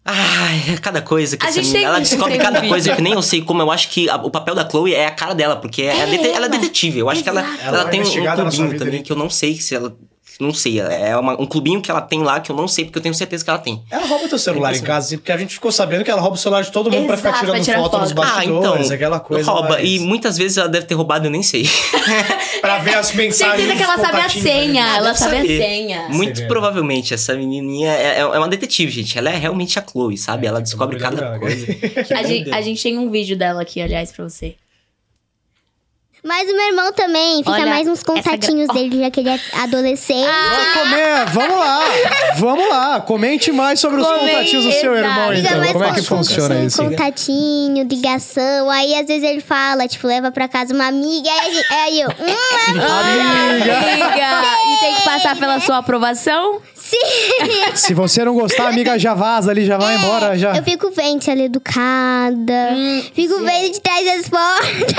Speaker 1: Ai, é cada coisa que
Speaker 2: A
Speaker 1: essa
Speaker 2: gente
Speaker 1: menina-
Speaker 2: tem
Speaker 1: Ela
Speaker 2: muito
Speaker 1: descobre
Speaker 2: pra
Speaker 1: cada
Speaker 2: ouvir.
Speaker 1: coisa que nem eu sei como. Eu acho que a- o papel da Chloe é a cara dela, porque é-
Speaker 2: É
Speaker 1: é dete- ela. é
Speaker 2: ela.
Speaker 1: detetive. Eu acho que ela,
Speaker 2: Exato.
Speaker 1: ela,
Speaker 3: Ela é
Speaker 1: tem um, um
Speaker 3: investigada na sua
Speaker 1: clubinho
Speaker 3: vida,
Speaker 1: também
Speaker 3: né?
Speaker 1: que eu não sei se ela. Não sei, é uma- um clubinho que ela tem lá que eu não sei, porque eu tenho certeza que ela tem.
Speaker 3: Ela rouba teu celular em casa, assim, porque a gente ficou sabendo que ela rouba o celular de todo mundo pra ficar
Speaker 2: Exato,
Speaker 3: tirando
Speaker 2: pra tirar
Speaker 3: foto,
Speaker 2: foto.
Speaker 3: nos
Speaker 2: Ah,
Speaker 3: bastidores, aquela coisa.
Speaker 1: rouba.
Speaker 3: mas-
Speaker 1: E muitas vezes ela deve ter roubado, eu nem sei.
Speaker 3: Pra ver as mensagens.
Speaker 2: Certeza que ela
Speaker 3: dos
Speaker 2: sabe a
Speaker 3: contatinhos,
Speaker 2: senha.
Speaker 3: né?
Speaker 2: Ela sabe a
Speaker 1: saber.
Speaker 2: senha.
Speaker 1: Muito
Speaker 3: Você vê, né?
Speaker 1: provavelmente essa menininha é, é- é uma detetive, gente. Ela é realmente a Chloe, sabe?
Speaker 3: É,
Speaker 1: ela
Speaker 3: tem
Speaker 1: descobre
Speaker 3: que tomar
Speaker 1: cada
Speaker 3: cuidado,
Speaker 1: coisa.
Speaker 3: né?
Speaker 2: A gente, a gente tem um vídeo dela aqui, aliás, pra você.
Speaker 5: Mas o meu irmão também, fica
Speaker 2: Olha,
Speaker 5: mais uns
Speaker 2: essa gra-
Speaker 5: contatinhos
Speaker 2: Ó.
Speaker 5: dele, já que ele é adolescente.
Speaker 3: Vamos comer, vamos lá, vamos lá. Comente mais sobre os
Speaker 2: Comente,
Speaker 3: contatinhos do seu irmão,
Speaker 2: exato.
Speaker 5: Fica
Speaker 3: então.
Speaker 5: mais
Speaker 3: Como é que
Speaker 5: contatinho,
Speaker 3: funciona
Speaker 5: assim,
Speaker 3: isso?
Speaker 5: Contatinho, ligação. Aí às vezes ele fala, tipo, leva pra casa uma amiga. Aí, a gente- aí eu, hum,
Speaker 3: Amiga,
Speaker 2: Amiga! e tem que passar pela sua aprovação?
Speaker 5: sim.
Speaker 3: se você não gostar, amiga, já vaza ali, já vai embora, já.
Speaker 5: Eu fico vendo se ela é educada.
Speaker 2: Hum,
Speaker 5: fico vendo de trás das portas.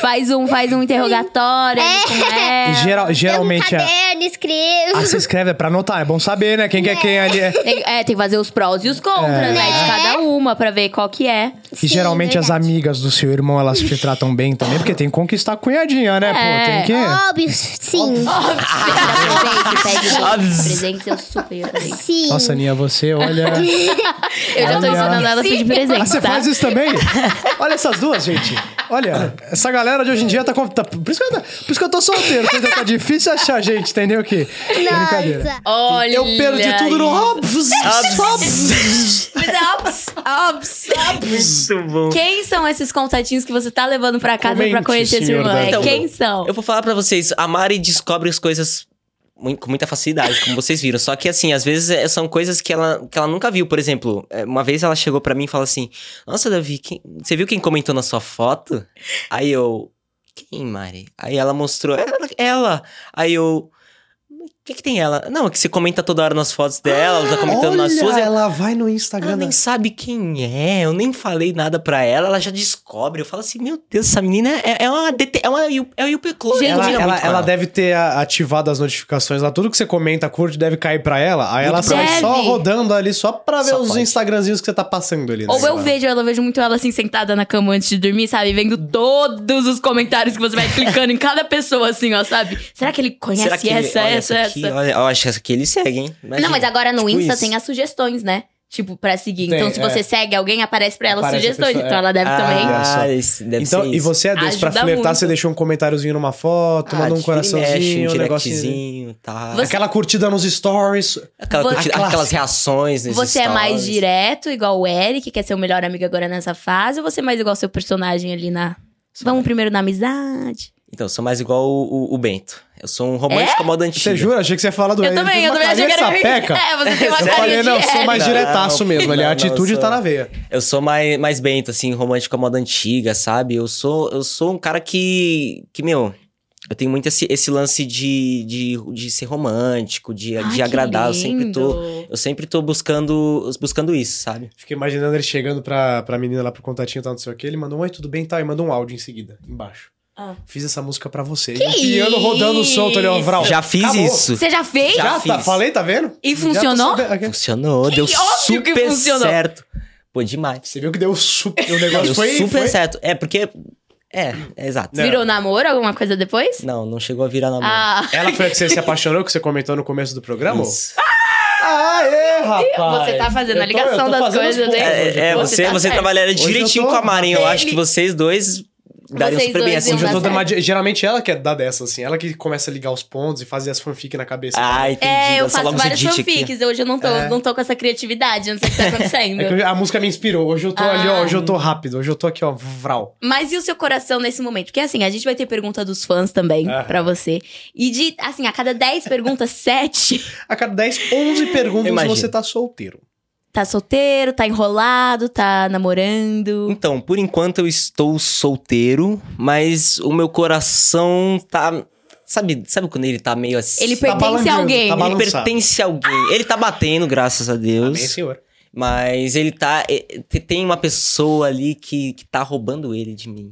Speaker 2: Faz um, faz um interrogatório assim, né? ali com
Speaker 3: E
Speaker 2: ela.
Speaker 3: geral- geralmente
Speaker 5: Eu no
Speaker 3: é.
Speaker 5: um caderno escrevo.
Speaker 3: Ah, se inscreve, é pra anotar, é bom saber, né? Quem que é quem ali. é.
Speaker 2: Tem- é, tem que fazer os prós e os contras, né? De cada uma, pra ver qual que é.
Speaker 3: Ah, E geralmente as amigas do seu irmão, elas te tratam bem também, porque tem que conquistar a cunhadinha, né? Pô, tem que.
Speaker 5: Óbvio, sim.
Speaker 2: Presente, pede presente. Presente, eu super adorei.
Speaker 5: Sim.
Speaker 3: Nossa, Ninha, você olha.
Speaker 2: Eu já tô
Speaker 3: Olha.
Speaker 2: ensinando ela a pedir presente,
Speaker 3: Ah, você
Speaker 2: tá?
Speaker 3: faz isso também? Olha essas duas, gente. Olha, essa galera de hoje em dia tá. com- tá- por, isso que eu, tá- por isso que eu tô solteiro, entendeu? Tá difícil achar gente, entendeu? Que. Brincadeira.
Speaker 5: Nossa.
Speaker 2: Olha.
Speaker 3: Eu perdi tudo no óbvio.
Speaker 2: Mas é ops, ops, ops.
Speaker 1: Muito bom.
Speaker 2: Quem são esses contatinhos que você tá levando pra casa
Speaker 3: Comente,
Speaker 2: pra conhecer sua
Speaker 3: senhor
Speaker 2: irmã? É,
Speaker 3: Daniel.
Speaker 2: Quem são?
Speaker 1: Eu vou falar pra vocês, a Mari descobre as coisas mui- com muita facilidade, como vocês viram. Só que, assim, às vezes é- são coisas que ela, que ela nunca viu. Por exemplo, é, uma vez ela chegou pra mim e falou assim: Nossa, Davi, quem- você viu quem comentou na sua foto? Aí eu. Quem, Mari? Aí ela mostrou. "É Ela. ela. Aí eu. O que, que tem ela? Não, é que você comenta toda hora nas fotos dela, ela tá comentando nas suas. Eu-
Speaker 3: Ah, ela vai no Instagram.
Speaker 1: ela nem sabe quem é, eu nem falei nada pra ela, ela já descobre. Eu falo assim, meu Deus, essa menina é, é uma DT, é uma Yu- é o Yuppie Clone.
Speaker 3: Ela, ela, ela deve ter a- ativado as notificações lá. Tudo que você comenta, curte, deve cair pra ela. Aí
Speaker 1: Muito
Speaker 3: ela sai
Speaker 2: bem.
Speaker 3: só
Speaker 2: Deve.
Speaker 3: rodando ali, só pra ver
Speaker 1: Só
Speaker 3: os
Speaker 1: pode.
Speaker 3: Instagramzinhos que você tá passando ali. né?
Speaker 2: Ou eu
Speaker 3: Ela-
Speaker 2: vejo ela, eu vejo muito ela assim, sentada na cama antes de dormir, sabe? Vendo todos os comentários que você vai clicando em cada pessoa, assim, ó, sabe? Será que ele conhece
Speaker 1: Será que ele-
Speaker 2: essa,
Speaker 1: olha
Speaker 2: essa,
Speaker 1: aqui,
Speaker 2: essa?
Speaker 1: Olha, eu acho que essa aqui ele segue, hein? Imagina.
Speaker 2: Não, mas agora no
Speaker 1: Tipo
Speaker 2: Insta
Speaker 1: isso.
Speaker 2: tem as sugestões, né? Tipo, pra seguir.
Speaker 3: Tem,
Speaker 2: então, se
Speaker 3: é.
Speaker 2: você segue alguém, aparece pra ela
Speaker 3: Aparece a
Speaker 2: sugestões.
Speaker 3: pessoa,
Speaker 2: então,
Speaker 3: é.
Speaker 2: ela deve
Speaker 1: ah,
Speaker 2: também.
Speaker 3: também.
Speaker 1: Isso, deve
Speaker 3: Então,
Speaker 1: ser
Speaker 3: e
Speaker 1: isso.
Speaker 3: você é desse pra
Speaker 2: Ajuda
Speaker 3: flertar,
Speaker 2: muito.
Speaker 3: você deixou um comentáriozinho numa foto,
Speaker 1: Ah,
Speaker 3: manda
Speaker 1: tipo,
Speaker 3: um
Speaker 1: ele
Speaker 3: coraçãozinho,
Speaker 1: mexe,
Speaker 3: um
Speaker 1: um
Speaker 3: negocinho.
Speaker 1: directzinho, tá.
Speaker 2: Você-
Speaker 3: Aquela curtida nos stories.
Speaker 1: Aquela
Speaker 2: Você-
Speaker 1: curtida-
Speaker 3: A
Speaker 1: aquelas
Speaker 3: clássica.
Speaker 1: reações nesses
Speaker 2: Você é mais
Speaker 1: stories.
Speaker 2: direto, igual o Eric, que é seu melhor amigo agora nessa fase, ou você é mais igual seu personagem ali na. Vamos primeiro na amizade?
Speaker 1: Então, eu sou mais igual o, o- o Bento. Eu sou um romântico
Speaker 2: É?
Speaker 1: à moda antiga.
Speaker 3: Você jura? Achei que você ia falar do
Speaker 2: Eu
Speaker 3: Ele
Speaker 2: também,
Speaker 3: fez
Speaker 2: eu
Speaker 3: uma
Speaker 2: também achei que
Speaker 3: carinha de
Speaker 2: era.
Speaker 3: sapeca.
Speaker 2: É, você tem uma
Speaker 3: Eu
Speaker 2: carinha
Speaker 3: falei,
Speaker 2: de
Speaker 3: não, sou
Speaker 2: hétero.
Speaker 3: mais
Speaker 1: Não,
Speaker 3: diretaço mesmo. Ali, a
Speaker 1: não,
Speaker 3: atitude
Speaker 1: sou-
Speaker 3: tá na veia.
Speaker 1: Eu sou mais, mais Bento, assim, romântico à moda antiga, sabe? Eu sou, eu sou um cara que. que, meu. Eu tenho muito esse, esse lance de, de, de ser romântico, de,
Speaker 2: Ai,
Speaker 1: de
Speaker 2: que
Speaker 1: agradar. Eu sempre tô.
Speaker 2: lindo.
Speaker 1: Eu sempre tô buscando, buscando isso, sabe?
Speaker 3: Fiquei imaginando ele chegando pra, pra menina lá pro contatinho e tal, não sei o que. Ele mandou um oi, tudo bem, tal, e mandou um áudio em seguida, embaixo.
Speaker 2: Ah.
Speaker 3: Fiz essa música pra você. E o piano rodando solto ali, ó, Vral.
Speaker 1: Já fiz
Speaker 3: Acabou.
Speaker 1: isso.
Speaker 2: Você já fez?
Speaker 1: Já
Speaker 3: Já, tá,
Speaker 1: fiz.
Speaker 3: falei, tá vendo?
Speaker 2: E
Speaker 3: Já tô
Speaker 2: funcionou?
Speaker 3: sabendo. Aqui.
Speaker 1: Funcionou, deu
Speaker 2: óbvio que
Speaker 1: super
Speaker 2: funcionou.
Speaker 1: certo. Pô, demais.
Speaker 3: Você viu que deu super. O negócio
Speaker 1: Deu
Speaker 3: foi.
Speaker 1: super
Speaker 3: foi...
Speaker 1: certo. É, porque. É, é exato.
Speaker 3: Não.
Speaker 2: Virou namoro, alguma coisa depois?
Speaker 1: Não, não chegou a virar namoro.
Speaker 2: Ah,
Speaker 3: Ela foi a que você se apaixonou, que você comentou no começo do programa?
Speaker 1: Isso.
Speaker 3: Aê, rapaz!
Speaker 2: Você tá fazendo a
Speaker 3: Eu tô- eu tô
Speaker 2: ligação das
Speaker 3: fazendo
Speaker 2: coisas,
Speaker 3: as
Speaker 2: né?
Speaker 3: pontas hoje,
Speaker 1: É, é,
Speaker 3: pô.
Speaker 2: Você
Speaker 1: você,
Speaker 2: tá
Speaker 1: você
Speaker 2: certo.
Speaker 1: trabalharia
Speaker 3: Hoje eu
Speaker 1: direitinho
Speaker 3: tô-
Speaker 1: com a Marinha. Eu
Speaker 2: Ele-
Speaker 1: acho que vocês dois dariam
Speaker 2: Vocês
Speaker 1: super bem
Speaker 2: dois
Speaker 1: assim.
Speaker 2: iam
Speaker 3: Hoje eu
Speaker 2: dar
Speaker 3: tô
Speaker 1: juntos.
Speaker 3: dando uma... di- Geralmente ela que é da dessa, assim. Ela que começa a ligar os pontos e fazer as fanfic na cabeça.
Speaker 1: Ah, entendi.
Speaker 2: É, eu
Speaker 1: Lança
Speaker 2: faço
Speaker 1: logo os
Speaker 2: várias
Speaker 1: edit aqui.
Speaker 2: fanfics. Hoje eu não tô,
Speaker 3: É.
Speaker 2: não tô com essa criatividade, eu não sei o que tá acontecendo.
Speaker 3: É que eu- a música me inspirou. Hoje eu tô ali, ó.
Speaker 2: Ah.
Speaker 3: Hoje eu tô rápido. Hoje eu tô aqui, ó. Vral.
Speaker 2: Mas e o seu coração nesse momento? Porque assim, a gente vai ter pergunta dos fãs também
Speaker 3: Aham.
Speaker 2: pra você. E de, assim, a cada 10 perguntas, 7
Speaker 3: A cada 10, 11 perguntas
Speaker 1: Imagina.
Speaker 3: você tá solteiro.
Speaker 2: tá solteiro, tá enrolado, tá namorando.
Speaker 1: Então, por enquanto eu estou solteiro, mas o meu coração tá. Sabe, sabe quando ele tá meio assim?
Speaker 2: Ele
Speaker 3: Tá
Speaker 2: pertence a
Speaker 3: balançando,
Speaker 2: alguém.
Speaker 3: tá
Speaker 1: ele
Speaker 3: balançado.
Speaker 1: pertence a alguém. Ele tá batendo, graças a Deus.
Speaker 3: Amém, senhor.
Speaker 1: Mas ele tá. é, é, Tem uma pessoa ali que, que tá roubando ele de mim.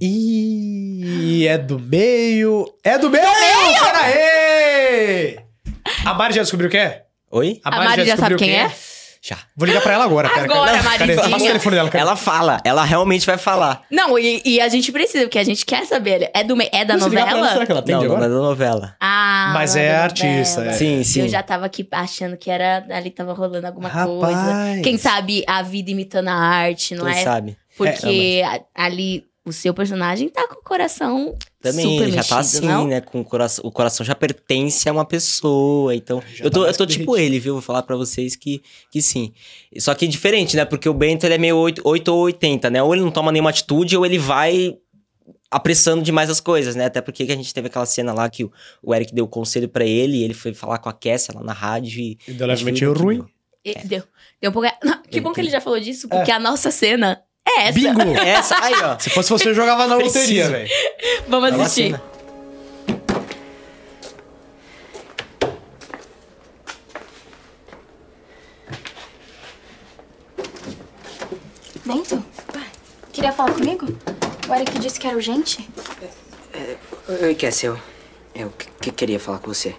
Speaker 3: E é do meio. É do meio! Pera aí! A Mari já descobriu o que é?
Speaker 1: Oi?
Speaker 2: A Mari já sabe
Speaker 3: descobriu
Speaker 2: quem é?
Speaker 1: Já.
Speaker 3: Vou ligar pra ela agora. pera,
Speaker 2: Agora,
Speaker 3: cadê- cadê-
Speaker 2: Maridinha.
Speaker 3: Passa o telefone dela, cara.
Speaker 1: Ela fala, ela realmente vai falar.
Speaker 2: Não, e, e a gente precisa, porque a gente quer saber. É, do, me- é da
Speaker 3: será
Speaker 2: novela?
Speaker 3: que ela
Speaker 1: não,
Speaker 3: atende
Speaker 1: não é da
Speaker 3: agora?
Speaker 1: novela.
Speaker 2: Ah,
Speaker 3: Mas
Speaker 2: não
Speaker 3: é
Speaker 2: da
Speaker 3: artista,
Speaker 2: novela.
Speaker 3: É.
Speaker 1: Sim, sim.
Speaker 2: Eu já tava aqui achando que era ali tava rolando alguma coisa.
Speaker 3: Rapaz.
Speaker 2: Quem sabe a vida imitando a arte, não
Speaker 1: Quem
Speaker 2: é?
Speaker 1: sabe? É,
Speaker 2: Porque a- ali o seu personagem tá com o coração
Speaker 1: Também
Speaker 2: super
Speaker 1: ele já
Speaker 2: mexido,
Speaker 1: tá assim,
Speaker 2: não?
Speaker 1: né? Com o coração, o coração já pertence a uma pessoa. Então,
Speaker 3: Já
Speaker 1: eu
Speaker 3: tá
Speaker 1: tô, eu
Speaker 3: mais
Speaker 1: tô tipo
Speaker 3: derretido.
Speaker 1: ele, viu? Vou falar pra vocês que, que sim. Só que é diferente, né? Porque o Bento ele é meio 8, 8 ou 80, né? Ou ele não toma nenhuma atitude, ou ele vai apressando demais as coisas, né? Até porque que a gente teve aquela cena lá que o, o Eric deu o conselho pra ele, e ele foi falar com a Kessia lá na rádio e.
Speaker 3: Deu levemente ruim.
Speaker 2: E- Deu, deu um pouco. Não, que bom que ele já falou disso, porque a nossa cena é essa.
Speaker 3: Bingo!
Speaker 1: Essa aí, ó.
Speaker 3: Se fosse você, eu jogava na
Speaker 1: Preciso.
Speaker 3: loteria, velho.
Speaker 2: Vamos
Speaker 1: Ela
Speaker 2: assistir.
Speaker 1: assina.
Speaker 6: Bento? Queria falar comigo? O Eric disse que era urgente?
Speaker 7: Oi, Cassel. Eh, Eu que- que queria falar com você.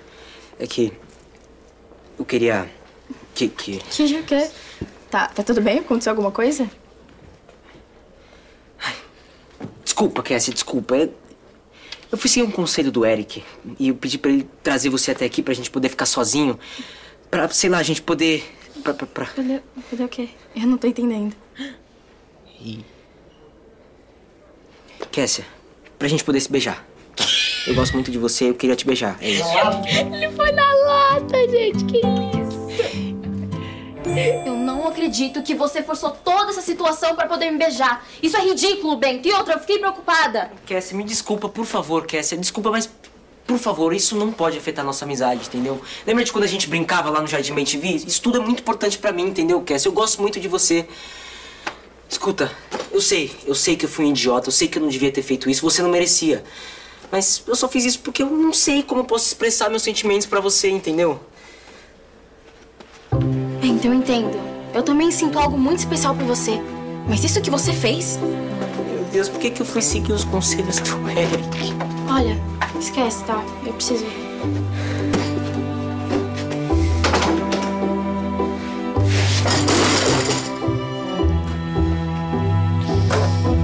Speaker 7: É que. Eu queria. Que. que...
Speaker 6: Que o quê? Tá, tá tudo bem? Aconteceu alguma coisa?
Speaker 7: Desculpa, Cassie, desculpa. É Eu... eu fui seguir um conselho do Eric. E eu pedi pra ele trazer você até aqui pra gente poder ficar sozinho. Pra, sei lá, a gente poder. Pra, pra, pra...
Speaker 6: Cadê, cadê o quê? Eu não tô entendendo.
Speaker 7: Cassia, pra gente poder se beijar. Tá? Eu gosto muito de você, eu queria te beijar. É isso.
Speaker 2: Foi na lata, gente. Que isso?
Speaker 8: Eu não acredito que você forçou toda essa situação pra poder me beijar. Isso é ridículo, Bento. E outra, eu fiquei preocupada.
Speaker 7: Cassia, me desculpa, por favor, Cassia. Desculpa, mas. Por favor, isso não pode afetar nossa amizade, entendeu? Lembra de quando a gente brincava lá no Jardim Bem TV? Isso tudo é muito importante pra mim, entendeu, Cassia? Eu gosto muito de você. Escuta, eu sei, eu sei que eu fui um idiota, eu sei que eu não devia ter feito isso, você não merecia. Mas eu só fiz isso porque eu não sei como eu posso expressar meus sentimentos pra você, entendeu?
Speaker 6: Bento, eu entendo. Eu também sinto algo muito especial por você. Mas isso que você fez?
Speaker 7: Meu Deus, por que, que eu fui seguir os conselhos do Eric?
Speaker 6: Olha, esquece, tá? Eu preciso ir.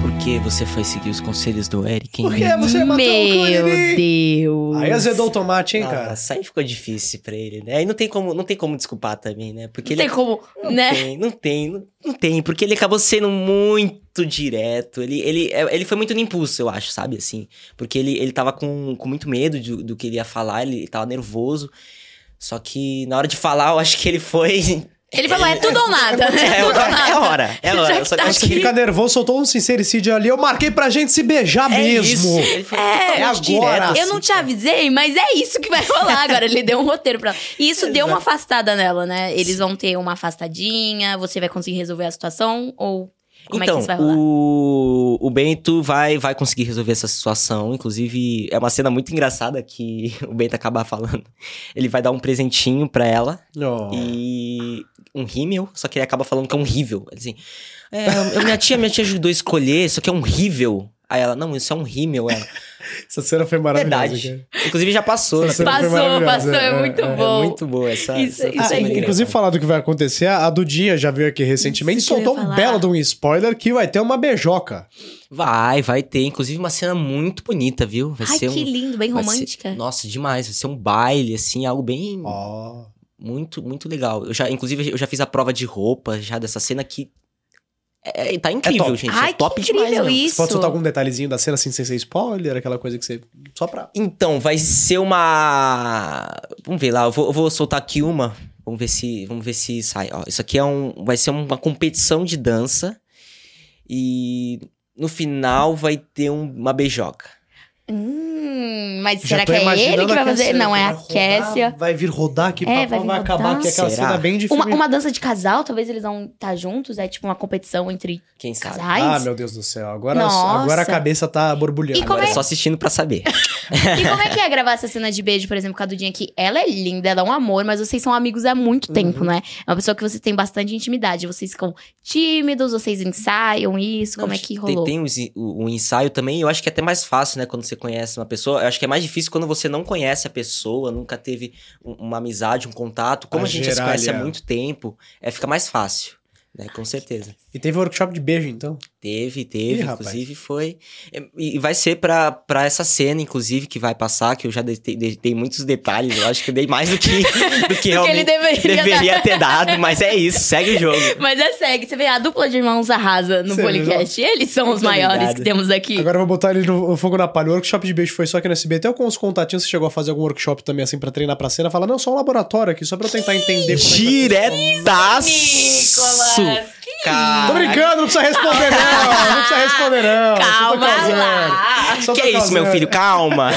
Speaker 1: Por que você foi seguir os conselhos do Eric? hein?
Speaker 3: Por que você matou
Speaker 2: Meu
Speaker 3: o Curiri?
Speaker 2: Deus.
Speaker 3: Aí azedou o tomate, hein,
Speaker 1: Ah,
Speaker 3: cara?
Speaker 1: Essa aí ficou difícil pra ele, né? Aí não tem como, não tem como desculpar também, né? Porque
Speaker 2: Não tem
Speaker 1: ele
Speaker 2: como,
Speaker 1: não
Speaker 2: né?
Speaker 1: tem, não tem, não, não tem, porque ele acabou sendo muito direto. Ele, ele, é, ele foi muito no impulso, eu acho, sabe? Assim, porque ele, ele tava com, com muito medo de- do que ele ia falar, ele tava nervoso. Só que na hora de falar, eu acho que ele foi
Speaker 2: Ele falou, é tudo ou nada. É,
Speaker 1: É
Speaker 2: tudo ou
Speaker 1: hora,
Speaker 2: nada.
Speaker 1: é hora. É hora.
Speaker 2: Já
Speaker 1: Eu
Speaker 2: que
Speaker 1: só
Speaker 2: tá
Speaker 1: consegui
Speaker 3: Você
Speaker 2: aqui.
Speaker 3: fica nervoso, soltou um sincericídio ali. Eu marquei pra gente se beijar
Speaker 1: É
Speaker 3: mesmo.
Speaker 1: isso. Ele foi
Speaker 2: É,
Speaker 1: totalmente
Speaker 3: agora.
Speaker 1: direto,
Speaker 2: Eu não te avisei, mas é isso que vai rolar agora. Ele deu um roteiro pra ela. E isso deu uma afastada nela, né? Eles vão ter uma afastadinha, você vai conseguir resolver a situação? Ou como é
Speaker 1: então,
Speaker 2: que isso vai rolar?
Speaker 1: o, o Bento vai, vai conseguir resolver essa situação. Inclusive, é uma cena muito engraçada que o Bento acaba falando. Ele vai dar um presentinho pra ela
Speaker 2: É.
Speaker 3: Ó.
Speaker 1: e um rímel, só que ele acaba falando que é um rível. Ele Assim, é, eu- minha tia, minha tia ajudou a escolher, isso aqui é um rível. Aí ela, não, isso é um rímel, ela.
Speaker 3: Essa cena foi maravilhosa. cara.
Speaker 1: Verdade. Inclusive já passou. né?
Speaker 3: Essa cena foi
Speaker 2: Passou,
Speaker 3: maravilhosa,
Speaker 2: passou, é,
Speaker 3: é,
Speaker 2: muito
Speaker 3: é, é
Speaker 2: bom.
Speaker 1: É muito boa essa.
Speaker 2: Isso-
Speaker 1: essa cena
Speaker 2: isso
Speaker 3: Ah,
Speaker 2: é incrível.
Speaker 3: inclusive, falar do que vai acontecer, a do dia já veio aqui recentemente,
Speaker 2: Isso que eu
Speaker 3: soltou
Speaker 2: ia
Speaker 3: um
Speaker 2: falar.
Speaker 3: belo de um spoiler que vai ter uma beijoca.
Speaker 1: Vai, vai ter. Inclusive uma cena muito bonita, viu? Vai
Speaker 2: Ai,
Speaker 1: ser
Speaker 2: que
Speaker 1: um...
Speaker 2: lindo, bem
Speaker 1: vai ser-
Speaker 2: romântica.
Speaker 1: nossa, demais. Vai ser um baile, assim, algo bem...
Speaker 3: Ó.
Speaker 1: Muito, muito legal. Eu já, inclusive, eu já fiz a prova de roupa já dessa cena que... É, tá incrível,
Speaker 3: top. né?
Speaker 1: gente.
Speaker 2: Ai,
Speaker 1: é top
Speaker 2: que incrível
Speaker 1: demais, mesmo.
Speaker 2: isso.
Speaker 3: Você pode soltar algum detalhezinho da cena assim, sem ser spoiler, aquela coisa que você. Só pra.
Speaker 1: Então, vai ser uma. Vamos ver lá, eu vou, eu vou soltar aqui uma. Vamos ver se, vamos ver se sai. Ó, isso aqui é um, vai ser uma competição de dança. E no final vai ter um- uma beijoca.
Speaker 2: Hum, mas
Speaker 3: Já
Speaker 2: será
Speaker 3: tô
Speaker 2: que é ele
Speaker 3: imaginando
Speaker 2: que vai
Speaker 3: aquela
Speaker 2: fazer?
Speaker 3: cena
Speaker 2: Não,
Speaker 3: que
Speaker 2: é
Speaker 3: vai
Speaker 2: a
Speaker 3: rodar, um
Speaker 2: Kessia.
Speaker 3: Vai vir rodar aqui,
Speaker 2: É,
Speaker 3: papai,
Speaker 2: vai vir
Speaker 3: vai acabar
Speaker 2: rodar.
Speaker 3: aqui aquela
Speaker 1: Será?
Speaker 3: cena é bem de
Speaker 2: Uma,
Speaker 3: filme-
Speaker 2: uma dança de casal, talvez eles vão estar juntos, é tipo uma competição entre
Speaker 1: Quem sabe?
Speaker 2: casais.
Speaker 3: Ah, meu Deus do céu. Agora,
Speaker 2: Nossa.
Speaker 3: agora a cabeça tá borbulhando.
Speaker 2: E como
Speaker 1: Agora
Speaker 2: é-
Speaker 1: é só assistindo pra saber.
Speaker 2: E como é que é gravar essa cena de beijo, por exemplo, com a Dudinha que ela é linda, ela é um amor, mas vocês são amigos há
Speaker 3: Uhum.
Speaker 2: muito tempo, né? É uma pessoa que você tem bastante intimidade. Vocês ficam tímidos, vocês ensaiam isso, como é que
Speaker 1: Tem-
Speaker 2: rolou?
Speaker 1: Tem, os en- o, o ensaio também, eu acho que é até mais fácil, né? Quando você conhece uma pessoa. Eu acho que é mais difícil quando você não conhece a pessoa, nunca teve um- uma amizade, um contato. Como
Speaker 3: Pra
Speaker 1: a gente já se
Speaker 3: gerar
Speaker 1: conhece há
Speaker 3: ali, ó.
Speaker 1: muito tempo, é, fica mais fácil, né? Com certeza.
Speaker 3: E teve um workshop de beijo, então.
Speaker 1: Teve, teve,
Speaker 3: Ih, rapaz.
Speaker 1: inclusive foi. E e vai ser pra, pra essa cena, inclusive, que vai passar, que eu já dei, dei- dei muitos detalhes, eu acho que eu dei mais do que, do que
Speaker 2: Porque ele
Speaker 1: realmente
Speaker 2: deveria,
Speaker 1: deveria
Speaker 2: dar.
Speaker 1: ter dado, mas é isso, segue o jogo.
Speaker 2: Mas é segue, você vê, a dupla de irmãos arrasa no
Speaker 3: Você
Speaker 2: podcast. Eles são os
Speaker 1: Muito
Speaker 2: maiores
Speaker 1: obrigado.
Speaker 2: que temos aqui.
Speaker 3: Agora eu vou botar ele no no fogo na palha. O workshop de beijo foi só aqui no SBT ou com os contatinhos você chegou a fazer algum workshop também, assim, pra treinar pra cena? Fala, não, só um laboratório aqui, só pra eu tentar entender. como é que-
Speaker 1: Diretaço!
Speaker 2: Nicolas, que
Speaker 3: tá
Speaker 1: Cara,
Speaker 3: Tô brincando, não precisa responder, não. Não precisa responder, não. Só tô
Speaker 2: Calma
Speaker 3: causando.
Speaker 2: lá.
Speaker 3: Só tô
Speaker 1: Que é isso,
Speaker 3: causando.
Speaker 1: meu filho, calma!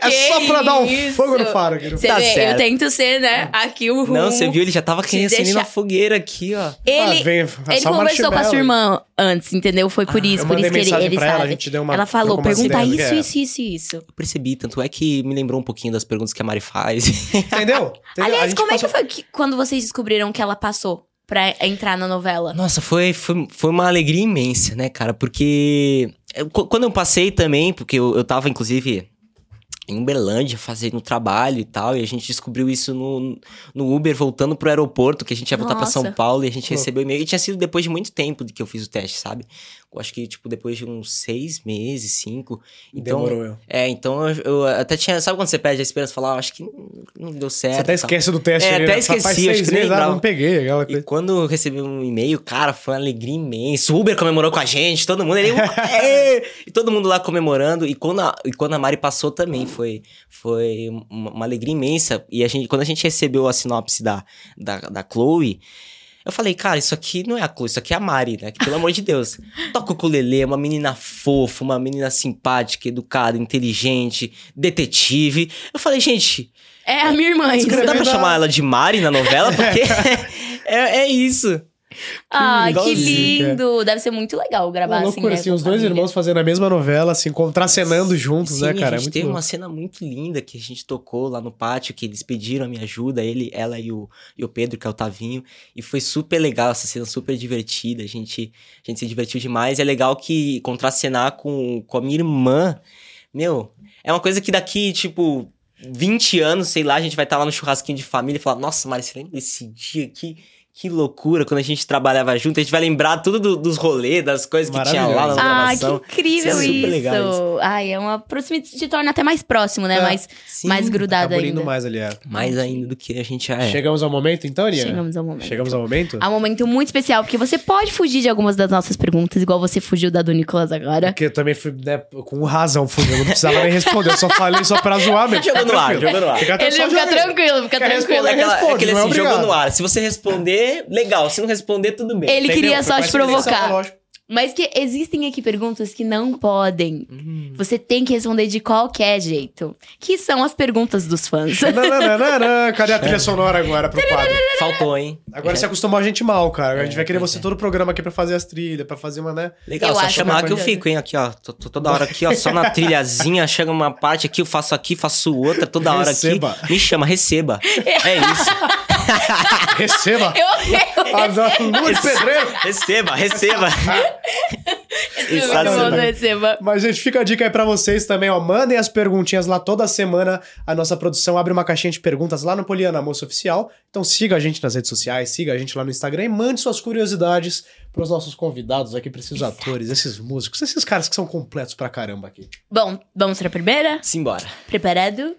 Speaker 3: É só pra dar um
Speaker 2: isso?
Speaker 3: fogo no faro, querido.
Speaker 2: Você
Speaker 1: Tá
Speaker 2: vê, eu
Speaker 1: certo.
Speaker 2: tento ser, né?
Speaker 3: Ah.
Speaker 2: Aqui o
Speaker 1: Não,
Speaker 2: rumo.
Speaker 1: você viu, ele já tava
Speaker 2: Se
Speaker 1: acendendo
Speaker 2: deixar-
Speaker 1: a fogueira aqui, ó.
Speaker 2: Ele,
Speaker 3: Ah, vem,
Speaker 2: Ele
Speaker 3: só
Speaker 2: conversou com a sua
Speaker 3: marshmallow. Ah,
Speaker 2: irmã antes, entendeu? Foi por isso,
Speaker 3: eu
Speaker 2: por
Speaker 3: mandei
Speaker 2: isso que ele,
Speaker 3: mensagem
Speaker 2: ele
Speaker 3: pra
Speaker 2: sabe.
Speaker 3: ela, a gente deu uma-
Speaker 2: ela falou,
Speaker 3: trocou umas
Speaker 2: pergunta
Speaker 3: ideias do que
Speaker 2: isso,
Speaker 3: era.
Speaker 2: isso, isso, isso.
Speaker 1: Eu percebi, tanto é que me lembrou um pouquinho das perguntas que a Mari faz.
Speaker 3: Entendeu? Entendeu? A
Speaker 2: Aliás,
Speaker 3: gente
Speaker 2: como é
Speaker 3: passou-
Speaker 2: que foi que- quando vocês descobriram que ela passou pra entrar na novela?
Speaker 1: Nossa, foi, foi, foi uma alegria imensa, né, cara? Porque eu- qu- quando eu passei também, porque eu, eu tava, inclusive, em Uberlândia fazendo trabalho e tal, e a gente descobriu isso no, no Uber voltando pro aeroporto, que a gente ia voltar pra São
Speaker 2: Nossa.
Speaker 1: Paulo, e a gente
Speaker 3: Louco.
Speaker 1: recebeu e-mail. E tinha sido depois de muito tempo de que eu fiz o teste, sabe? Eu acho que, tipo, depois de uns seis meses, cinco. Então,
Speaker 3: Demorou eu.
Speaker 1: É, então eu, eu até tinha... Sabe quando você perde a esperança e fala, ah, acho que não- não deu certo.
Speaker 3: Você até
Speaker 1: e tal.
Speaker 3: esquece do teste.
Speaker 1: É,
Speaker 3: né?
Speaker 1: até
Speaker 3: Só faz
Speaker 1: esqueci, acho
Speaker 3: seis
Speaker 1: que nem
Speaker 3: meses, ah,
Speaker 1: lembrava.
Speaker 3: não peguei aquela
Speaker 1: E
Speaker 3: coisa.
Speaker 1: quando eu recebi um e-mail, cara, foi uma alegria imensa. O Uber comemorou com a gente, todo mundo. Ele, "Ê!" e todo mundo lá comemorando. E quando a, e quando a Mari passou também, foi, foi uma, uma alegria imensa. E a gente, quando a gente recebeu a sinopse da, da, da Chloe, eu falei, cara, isso aqui não é a Chloe, isso aqui é a Mari, né? Que, pelo amor de Deus. Toca o ukulele, é uma menina fofa, uma menina simpática, educada, inteligente, detetive. Eu falei, gente,
Speaker 2: É a minha irmã. isso.
Speaker 1: não dá pra
Speaker 3: Escrevendo a-
Speaker 1: chamar ela de Mari na novela, porque é- é isso.
Speaker 2: Ah, que
Speaker 3: igualzinho,
Speaker 2: lindo. Deve ser muito legal gravar
Speaker 3: Uma
Speaker 2: assim,
Speaker 3: loucura,
Speaker 2: né,
Speaker 3: assim,
Speaker 2: com
Speaker 3: os dois
Speaker 2: família.
Speaker 3: irmãos fazendo a mesma novela, se encontrar cenando juntos,
Speaker 1: Sim,
Speaker 3: né,
Speaker 1: A
Speaker 3: cara? É
Speaker 1: gente
Speaker 3: muito
Speaker 1: teve
Speaker 3: louco.
Speaker 1: uma cena muito linda que a gente tocou lá no pátio, que eles pediram a minha ajuda, ele, ela e o, e o Pedro, que é o Tavinho. E foi super legal, essa cena super divertida. A gente, a gente se divertiu demais. É legal que contracenar com, com a minha irmã, meu, é uma coisa que daqui, tipo. tá 20 anos, sei lá, a gente vai estar lá no churrasquinho de família e falar: Nossa, Mari, você lembra desse dia aqui? Que loucura, quando a gente trabalhava junto, a gente vai lembrar tudo do- dos rolês, das coisas que tinha lá na
Speaker 3: Maravilhoso.
Speaker 2: Ah, que
Speaker 1: gravação. Isso
Speaker 2: incrível
Speaker 1: é super
Speaker 2: isso.
Speaker 1: legal
Speaker 2: Ai, é uma proximidade te torna até mais próximo, né?
Speaker 3: É.
Speaker 2: Mais,
Speaker 1: Sim,
Speaker 2: mais grudado
Speaker 3: Acabou indo
Speaker 2: ainda.
Speaker 3: mais ali, é.
Speaker 1: Mais ainda do que a gente já é.
Speaker 3: Chegamos ao momento, então, Nia?
Speaker 2: Chegamos ao momento.
Speaker 3: Chegamos ao momento?
Speaker 2: Há um momento muito especial, porque você pode fugir de algumas das nossas perguntas, igual você fugiu da do Nicolas agora.
Speaker 3: Porque eu também fui, né, com razão, fui, eu não precisava nem responder, eu só falei só pra zoar mesmo.
Speaker 1: Jogou no ar,
Speaker 3: Tranquilo.
Speaker 1: jogou no ar.
Speaker 3: Fica,
Speaker 2: Ele
Speaker 3: só
Speaker 2: fica
Speaker 3: joguei.
Speaker 2: tranquilo, fica
Speaker 3: Quer
Speaker 2: tranquilo.
Speaker 3: responder,
Speaker 1: Aquela,
Speaker 3: responde,
Speaker 1: aquele
Speaker 3: não é
Speaker 1: assim, jogo
Speaker 3: obrigado.
Speaker 1: no ar. Se você responder, legal. Se não responder, tudo bem.
Speaker 2: Ele queria
Speaker 3: Entendeu?
Speaker 2: só te
Speaker 3: Foi mais eleição,
Speaker 2: provocar.
Speaker 3: lógico.
Speaker 2: Mas que existem aqui perguntas que não podem.
Speaker 3: Uhum.
Speaker 2: Você tem que responder de qualquer jeito. Que são as perguntas dos fãs.
Speaker 3: Nananana, Cadê a trilha sonora agora pro quadro?
Speaker 1: Faltou, hein? É.
Speaker 3: Agora você acostumou a gente mal, cara. A gente vai querer você todo o programa aqui pra fazer as trilhas, pra fazer uma, né?
Speaker 1: Legal,
Speaker 2: Eu
Speaker 1: só
Speaker 2: acho
Speaker 1: chamar que eu
Speaker 2: maravilhoso.
Speaker 1: fico, hein? Aqui, ó. Tô, tô toda hora aqui, ó. Só na trilhazinha. Chega uma parte aqui, eu faço aqui, faço outra. Toda hora
Speaker 3: Receba.
Speaker 1: aqui. Me chama, receba. É isso.
Speaker 3: Receba!
Speaker 2: Eu
Speaker 3: Adoro Luiz Pedreiro!
Speaker 1: receba, receba.
Speaker 2: Eu
Speaker 1: Sensacional.
Speaker 2: não receba.
Speaker 3: Mas, gente, fica a dica aí pra vocês também, ó. Mandem as perguntinhas lá toda semana. A nossa produção abre uma caixinha de perguntas lá no Poliana Moça Oficial. Então siga a gente nas redes sociais, siga a gente lá no Instagram e mande suas curiosidades pros nossos convidados aqui, pra esses atores, esses músicos, esses caras que são completos pra caramba aqui.
Speaker 2: Bom, vamos pra primeira?
Speaker 1: Simbora.
Speaker 2: Preparado?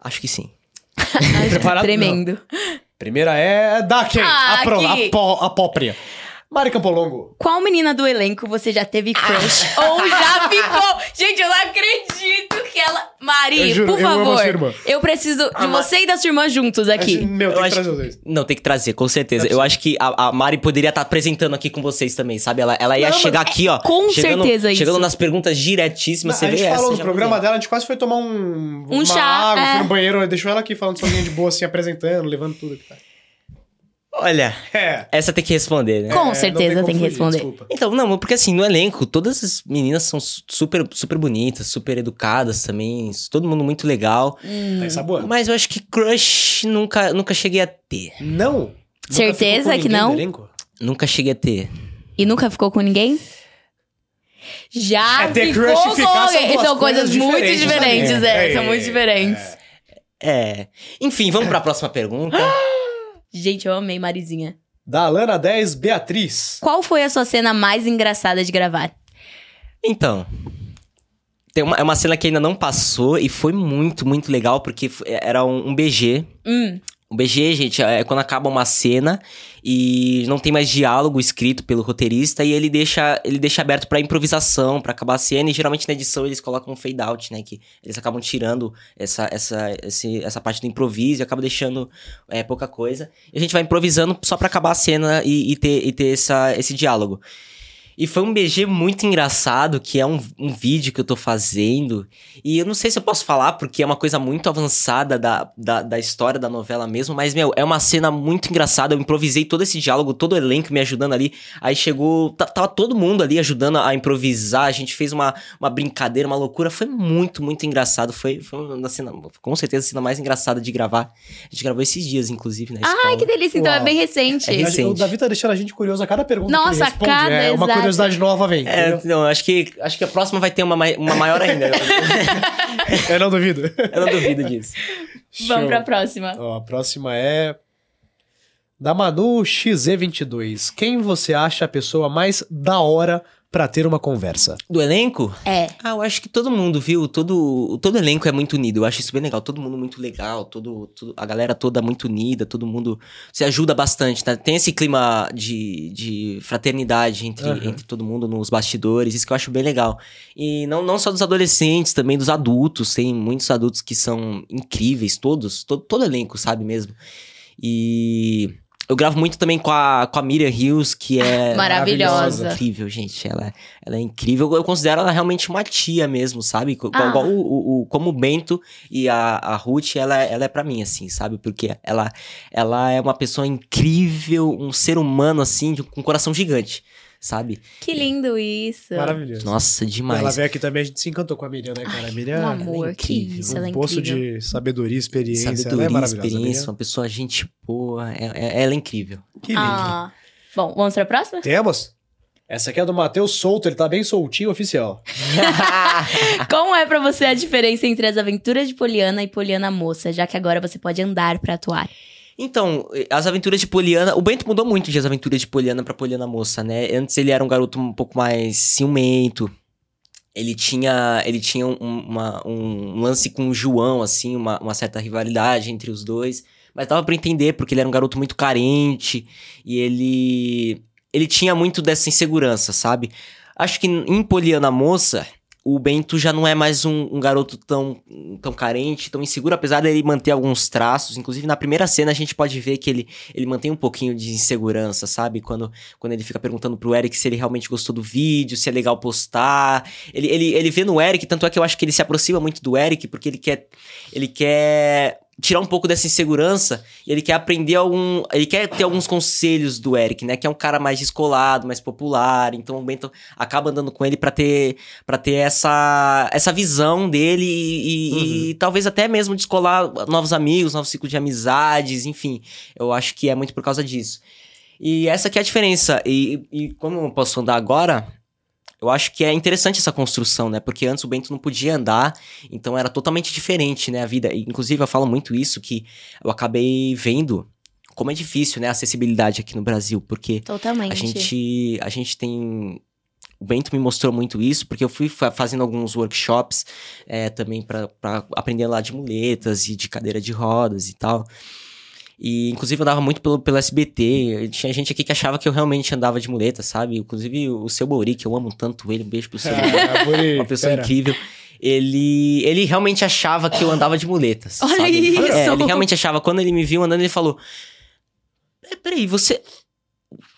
Speaker 1: Acho que sim.
Speaker 2: Ai, tá
Speaker 3: Preparado,
Speaker 2: Tremendo.
Speaker 3: Primeira é da quem?
Speaker 2: Ah,
Speaker 3: a, pro,
Speaker 2: aqui.
Speaker 3: a, pó- a própria. Mari Campolongo.
Speaker 2: Qual menina do elenco você já teve crush ou já ficou? Gente, eu não acredito que ela. Mari,
Speaker 3: Eu juro,
Speaker 2: por
Speaker 3: eu amo
Speaker 2: favor.
Speaker 3: a sua irmã.
Speaker 2: Eu preciso de
Speaker 1: Ah, mas-
Speaker 2: você e da sua irmã juntos
Speaker 3: Acho-
Speaker 2: aqui.
Speaker 3: Meu, tem
Speaker 1: Eu
Speaker 3: que
Speaker 1: acho-
Speaker 3: trazer os dois.
Speaker 1: Não, tem que trazer, com certeza. Eu acho que a, a Mari poderia estar apresentando aqui com vocês também, sabe? Ela, ela ia
Speaker 2: Não, mas
Speaker 1: chegar aqui, ó.
Speaker 2: com
Speaker 1: chegando,
Speaker 2: certeza isso.
Speaker 1: Chegando nas perguntas diretíssimas, você
Speaker 3: a
Speaker 1: vê
Speaker 3: gente
Speaker 1: essa.
Speaker 3: falou do
Speaker 1: já
Speaker 3: programa
Speaker 1: mandou.
Speaker 3: dela, a gente quase foi tomar um,
Speaker 2: Um
Speaker 3: uma
Speaker 2: chá,
Speaker 3: água,
Speaker 2: é.
Speaker 3: foi no banheiro, né, deixou ela aqui falando sozinha de boa, assim, apresentando, levando tudo. Cara.
Speaker 1: Olha,
Speaker 3: É.
Speaker 1: essa tem que responder, né?
Speaker 2: Com
Speaker 3: não
Speaker 2: certeza
Speaker 3: como
Speaker 2: tem que
Speaker 3: fugir,
Speaker 2: responder.
Speaker 3: desculpa. Tá
Speaker 1: Então, não, porque assim, no elenco, todas as meninas são su- super, super bonitas, super educadas também, todo mundo muito legal.
Speaker 3: Tá
Speaker 2: Hum.
Speaker 3: ensaboando?
Speaker 1: Mas eu acho que crush nunca, nunca cheguei a ter.
Speaker 3: Não. Nunca
Speaker 2: Certeza
Speaker 3: ficou com
Speaker 2: que
Speaker 3: ninguém
Speaker 2: não?
Speaker 3: do elenco?
Speaker 1: Nunca cheguei a ter.
Speaker 2: E nunca ficou com ninguém? Já
Speaker 3: É, ter
Speaker 2: Ah, ficou
Speaker 3: crush e
Speaker 2: com
Speaker 3: ficar são
Speaker 2: alguém.
Speaker 3: duas
Speaker 2: coisas,
Speaker 3: coisas
Speaker 2: muito
Speaker 3: diferentes,
Speaker 2: diferentes,
Speaker 3: né?
Speaker 2: é,
Speaker 3: É,
Speaker 2: São muito
Speaker 3: é,
Speaker 2: diferentes.
Speaker 1: É. Enfim, vamos pra próxima pergunta.
Speaker 2: Gente, eu amei Marizinha.
Speaker 3: Da Alana 10, Beatriz.
Speaker 2: Qual foi a sua cena mais engraçada de gravar?
Speaker 1: Então. Tem uma, é uma cena que ainda não passou e foi muito, muito legal, porque f- era um, um BG.
Speaker 2: Hum,
Speaker 1: O BG, gente, é quando acaba uma cena e não tem mais diálogo escrito pelo roteirista e ele deixa, ele deixa aberto pra improvisação, pra acabar a cena e geralmente na edição eles colocam um fade out, né, que eles acabam tirando essa, essa, esse- essa parte do improviso e acaba deixando é, pouca coisa. E a gente vai improvisando só pra acabar a cena e, e ter, e ter essa, esse diálogo. E foi um BG muito engraçado, que é um, um vídeo que eu tô fazendo e eu não sei se eu posso falar, porque é uma coisa muito avançada da, da, da história da novela mesmo, mas, meu, é uma cena muito engraçada. Eu improvisei todo esse diálogo, todo o elenco me ajudando ali. Aí chegou. ta- Tava todo mundo ali ajudando a improvisar. A gente fez uma, uma brincadeira, uma loucura. Foi muito, muito engraçado. Foi, foi uma das cena, com certeza, a cena mais engraçada de gravar. A gente gravou esses dias, inclusive, na escola.
Speaker 2: Ai, que delícia. Então
Speaker 3: Uau.
Speaker 2: é bem recente.
Speaker 1: É
Speaker 3: A gente-
Speaker 1: recente.
Speaker 3: O Davi tá deixando a gente curioso a cada pergunta que ele
Speaker 2: Nossa,
Speaker 3: responde.
Speaker 2: cada,
Speaker 3: é uma
Speaker 2: exato.
Speaker 3: curiosidade nova vem.
Speaker 1: É,
Speaker 3: entendeu?
Speaker 1: não, acho que, acho que a próxima vai ter uma, mai- uma maior ainda.
Speaker 3: Eu não duvido.
Speaker 1: Eu não duvido disso.
Speaker 2: Vamos
Speaker 3: Show.
Speaker 2: pra próxima.
Speaker 3: Ó, a próxima é. Da Manu XZ22. Quem você acha a pessoa mais da hora pra ter uma conversa?
Speaker 1: Do elenco?
Speaker 2: É.
Speaker 1: Ah, eu acho que todo mundo, viu? Todo, todo elenco é muito unido. Eu acho isso bem legal. Todo mundo muito legal. Todo, todo- a galera toda muito unida. Todo mundo se ajuda bastante. tá? Tem esse clima de, de fraternidade entre,
Speaker 3: Aham.
Speaker 1: entre todo mundo nos bastidores. Isso que eu acho bem legal. E não, não só dos adolescentes, também dos adultos. Tem muitos adultos que são incríveis. Todos. Todo, todo elenco, sabe mesmo? E... Eu gravo muito também com a, com a Miriam Hills, que é
Speaker 2: Maravilhosa.
Speaker 1: incrível, gente. Ela, ela é incrível. Eu considero ela realmente uma tia mesmo, sabe? Co-
Speaker 2: Ah.
Speaker 1: Igual o, o- o- como o Bento e a, a Ruth, ela, ela é pra mim, assim, sabe? Porque ela, ela é uma pessoa incrível, um ser humano, assim, de- com um coração gigante, sabe?
Speaker 2: Que lindo isso.
Speaker 3: Maravilhoso.
Speaker 1: Nossa,
Speaker 3: Ela é
Speaker 1: demais.
Speaker 3: veio aqui também, a gente se encantou com a Miriam, né, cara? A Miriam
Speaker 2: Um
Speaker 3: ela é
Speaker 2: amor, que
Speaker 1: incrível.
Speaker 2: isso, ela é
Speaker 3: um poço
Speaker 2: incrível.
Speaker 3: de sabedoria, experiência. ela é
Speaker 1: Sabedoria,
Speaker 3: maravilhosa.
Speaker 1: experiência,
Speaker 3: Miriam.
Speaker 1: uma pessoa gente boa. É- é- ela é incrível.
Speaker 3: Que lindo.
Speaker 2: Ah. Bom, vamos pra próxima?
Speaker 3: Temos? Essa aqui é do Matheus Souto, ele tá bem soltinho oficial.
Speaker 2: Como é pra você a diferença entre as aventuras de Poliana e Poliana Moça, já que agora você pode andar pra atuar?
Speaker 1: Então, as aventuras de Poliana. O Bento mudou muito de as aventuras de Poliana pra Poliana Moça, né? Antes ele era um garoto um pouco mais ciumento. Ele tinha, ele tinha um, uma- um lance com o João, assim, uma, uma certa rivalidade entre os dois. Mas dava pra entender, porque ele era um garoto muito carente. E ele. Ele tinha muito dessa insegurança, sabe? Acho que em Poliana Moça, o Bento já não é mais um, um garoto tão, tão carente, tão inseguro, apesar dele manter alguns traços. Inclusive, na primeira cena, a gente pode ver que ele, ele mantém um pouquinho de insegurança, sabe? Quando, quando ele fica perguntando pro Eric se ele realmente gostou do vídeo, se é legal postar. Ele, ele, ele vê no Eric, tanto é que eu acho que ele se aproxima muito do Eric, porque ele quer. Ele quer tirar um pouco dessa insegurança e ele quer aprender algum. Ele quer ter alguns conselhos do Eric, né? Que é um cara mais descolado, mais popular. Então o Bento acaba andando com ele pra ter para ter essa, essa visão dele e, e- e talvez até mesmo descolar novos amigos, novos ciclos de amizades, enfim. Eu acho que é muito por causa disso. E essa que é a diferença. E, e como eu posso andar agora, eu acho que é interessante essa construção, né? Porque antes o Bento não podia andar, então era totalmente diferente, né? A vida. E, Inclusive, eu falo muito isso, que eu acabei vendo como é difícil, né? A acessibilidade aqui no Brasil, porque
Speaker 2: Totalmente.
Speaker 1: a gente, a gente tem. O Bento me mostrou muito isso, porque eu fui fa- fazendo alguns workshops eh, também para aprender lá de muletas e de cadeira de rodas e tal. E, inclusive, eu andava muito pelo, pelo SBT. e Tinha gente aqui que achava que eu realmente andava de muleta, sabe? Inclusive, o seu Bouri, que eu amo tanto ele, um beijo pro seu Bouri,
Speaker 3: Ah, bonito,
Speaker 1: uma pessoa
Speaker 3: pera.
Speaker 1: incrível. Ele, ele realmente achava que eu andava de muletas.
Speaker 2: Olha
Speaker 1: sabe? Ele-
Speaker 2: isso!
Speaker 1: é, ele realmente achava. Quando ele me viu andando, ele falou: "É, Peraí, você.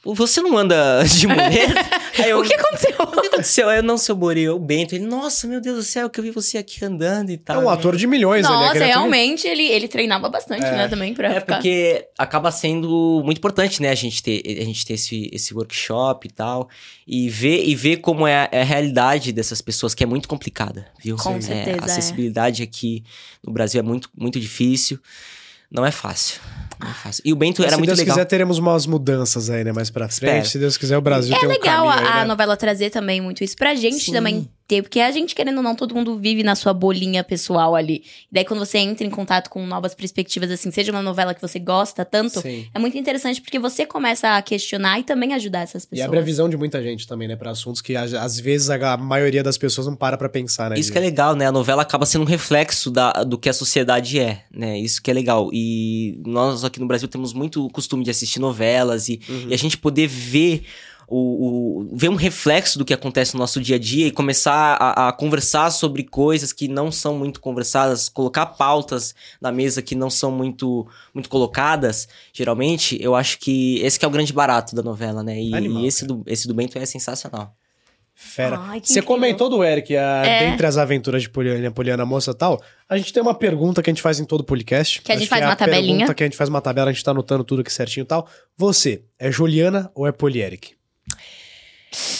Speaker 1: Você não anda de muleta? Aí eu,
Speaker 2: O que aconteceu?
Speaker 1: o que aconteceu? Aí Eu não sou Bori, eu Bento. Ele, nossa, meu Deus do céu, que eu vi você aqui andando e tal.
Speaker 3: É um ator de milhões ali. a
Speaker 2: Nossa,
Speaker 3: criatura-
Speaker 2: realmente ele, ele treinava bastante,
Speaker 3: É.
Speaker 2: né, também, pra
Speaker 1: É
Speaker 2: ficar...
Speaker 1: porque acaba sendo muito importante, né, a gente ter, a gente ter esse, esse workshop e tal. E ver, e ver como é a, é a realidade dessas pessoas, que é muito complicada, viu?
Speaker 2: Com
Speaker 1: É,
Speaker 2: certeza,
Speaker 1: A
Speaker 2: é.
Speaker 1: acessibilidade aqui no Brasil é muito, muito difícil. Não é fácil. Não é fácil. E o Bento
Speaker 3: Mas
Speaker 1: era
Speaker 3: se
Speaker 1: muito
Speaker 3: Deus
Speaker 1: legal.
Speaker 3: quiser, teremos umas mudanças aí, né? Mais pra frente.
Speaker 1: Espero.
Speaker 3: Se Deus quiser, o Brasil
Speaker 2: É
Speaker 3: tem um
Speaker 2: legal
Speaker 3: caminho
Speaker 2: a,
Speaker 3: aí,
Speaker 2: a
Speaker 3: né?
Speaker 2: novela trazer também muito isso pra gente
Speaker 1: Sim.
Speaker 2: também ter, porque a gente, querendo ou não, todo mundo vive na sua bolinha pessoal ali. E daí, quando você entra em contato com novas perspectivas, assim, seja uma novela que você gosta tanto,
Speaker 3: Sim.
Speaker 2: é muito interessante porque você começa a questionar e também ajudar essas
Speaker 3: E
Speaker 2: pessoas.
Speaker 3: abre a visão de muita gente também, né? Pra assuntos que às- às vezes a maioria das pessoas não para pra pensar, né?
Speaker 1: Isso que é legal, né? A novela acaba sendo um reflexo da, do que a sociedade é, né? Isso que é legal. E nós aqui no Brasil temos muito o costume de assistir novelas e, e a gente poder ver. O, o- ver um reflexo do que acontece no nosso dia a dia e começar a, a conversar sobre coisas que não são muito conversadas, colocar pautas na mesa que não são muito muito colocadas, geralmente, eu acho que esse que é o grande barato da novela, né? E,
Speaker 3: Animal,
Speaker 1: e esse, do, esse do Bento é sensacional.
Speaker 3: Fera.
Speaker 2: Ai, que
Speaker 3: Você
Speaker 2: incrível.
Speaker 3: comentou do Eric, a,
Speaker 2: É.
Speaker 3: dentre as aventuras de Poliana, Poliana Moça e tal. A gente tem uma pergunta que a gente faz em todo podcast.
Speaker 2: Que a gente
Speaker 3: Acho
Speaker 2: faz
Speaker 3: é
Speaker 2: uma tabelinha.
Speaker 3: Pergunta que a gente faz uma tabela, a gente tá anotando tudo aqui certinho e tal. Você, é Juliana ou é Polieric?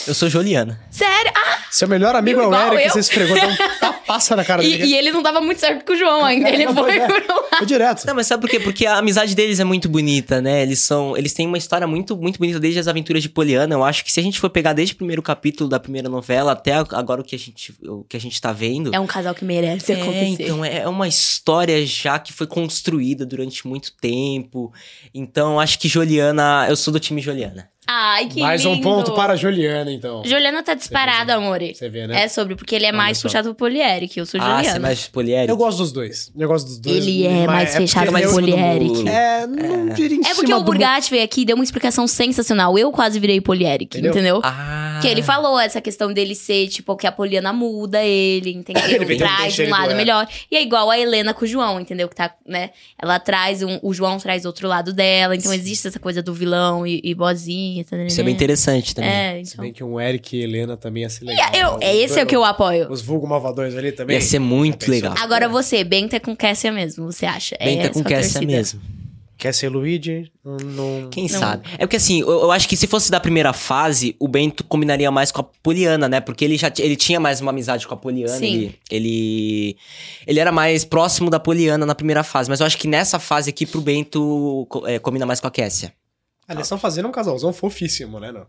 Speaker 1: Eu sou Juliana.
Speaker 2: Sério? Ah,
Speaker 3: Seu melhor amigo é o
Speaker 2: Igual
Speaker 3: Eric,
Speaker 2: eu.
Speaker 3: você esfregou, deu um tapaça na cara dele.
Speaker 2: e, e ele não dava muito certo com o João ainda. Ele
Speaker 3: Não,
Speaker 2: foi
Speaker 3: pois é.
Speaker 2: pro lado.
Speaker 3: Foi direto.
Speaker 1: Não, mas sabe por quê? Porque a amizade deles é muito bonita, né? Eles são, eles têm uma história muito, muito bonita desde as aventuras de Poliana. Eu acho que se a gente for pegar desde o primeiro capítulo da primeira novela até a- agora o que a gente, o que a gente tá vendo,
Speaker 2: É um casal que merece
Speaker 1: é,
Speaker 2: acontecer.
Speaker 1: então, é é uma história já que foi construída durante muito tempo. Então, acho que Juliana. Eu sou do time Juliana.
Speaker 2: Ai, que
Speaker 3: Mais um
Speaker 2: lindo.
Speaker 3: ponto para a Juliana, então.
Speaker 2: Juliana tá disparada, amor.
Speaker 3: Você vê, né?
Speaker 2: É sobre, porque ele é
Speaker 3: Olha
Speaker 2: mais
Speaker 3: só.
Speaker 2: puxado pro Polieric. Eu sou
Speaker 1: Ah,
Speaker 2: Juliana.
Speaker 1: você é mais Polieri?
Speaker 3: Eu gosto dos dois. Eu gosto dos dois.
Speaker 2: Ele é
Speaker 3: mas-
Speaker 2: mais
Speaker 3: porque
Speaker 2: fechado
Speaker 1: mais
Speaker 2: mais
Speaker 1: em cima do
Speaker 2: Polieric.
Speaker 1: muro.
Speaker 3: É, não diria em
Speaker 2: É porque
Speaker 3: cima
Speaker 2: o
Speaker 3: do muro.
Speaker 2: Burgatti veio aqui e deu uma explicação sensacional. Eu quase virei polieric,
Speaker 3: Entendeu?
Speaker 2: entendeu?
Speaker 1: Ah.
Speaker 2: Que ele falou essa questão dele ser, tipo, que a Poliana muda ele, entendeu?
Speaker 3: Ele vendeu um
Speaker 2: traz
Speaker 3: peixe,
Speaker 2: um
Speaker 3: ele
Speaker 2: lado
Speaker 3: doa.
Speaker 2: melhor. E é igual a Helena com o João, entendeu? Que tá, né? Ela traz um. O João traz outro lado dela. Então existe essa coisa do vilão e, e bozinha, entendeu?
Speaker 1: Isso é bem interessante também.
Speaker 2: né? É,
Speaker 3: Se
Speaker 2: então.
Speaker 3: bem que um Eric e Helena também ia ser
Speaker 2: E
Speaker 3: legal.
Speaker 2: a- eu,
Speaker 3: Os
Speaker 2: é esse é o que eu apoio.
Speaker 3: Os vulgo malvadões ali também.
Speaker 1: Ia ser muito
Speaker 3: Já pensou?
Speaker 1: legal.
Speaker 2: Agora você, Benta com Cassia mesmo, você acha? É
Speaker 1: Benta com
Speaker 2: essa a
Speaker 1: Cassia
Speaker 2: torcida.
Speaker 1: mesmo.
Speaker 3: Quer ser Luigi? Não- Não...
Speaker 1: Quem
Speaker 2: Não.
Speaker 1: sabe? É porque assim, eu, eu acho que se fosse da primeira fase, o Bento combinaria mais com a Poliana, né? Porque ele já ti- ele tinha mais uma amizade com a Poliana.
Speaker 2: Sim.
Speaker 1: Ele, ele, ele era mais próximo da Poliana na primeira fase. Mas eu acho que nessa fase aqui, pro Bento, co- é, combina mais com a Cassia.
Speaker 3: Ah, eles estão fazendo um casalzão fofíssimo, né? Não?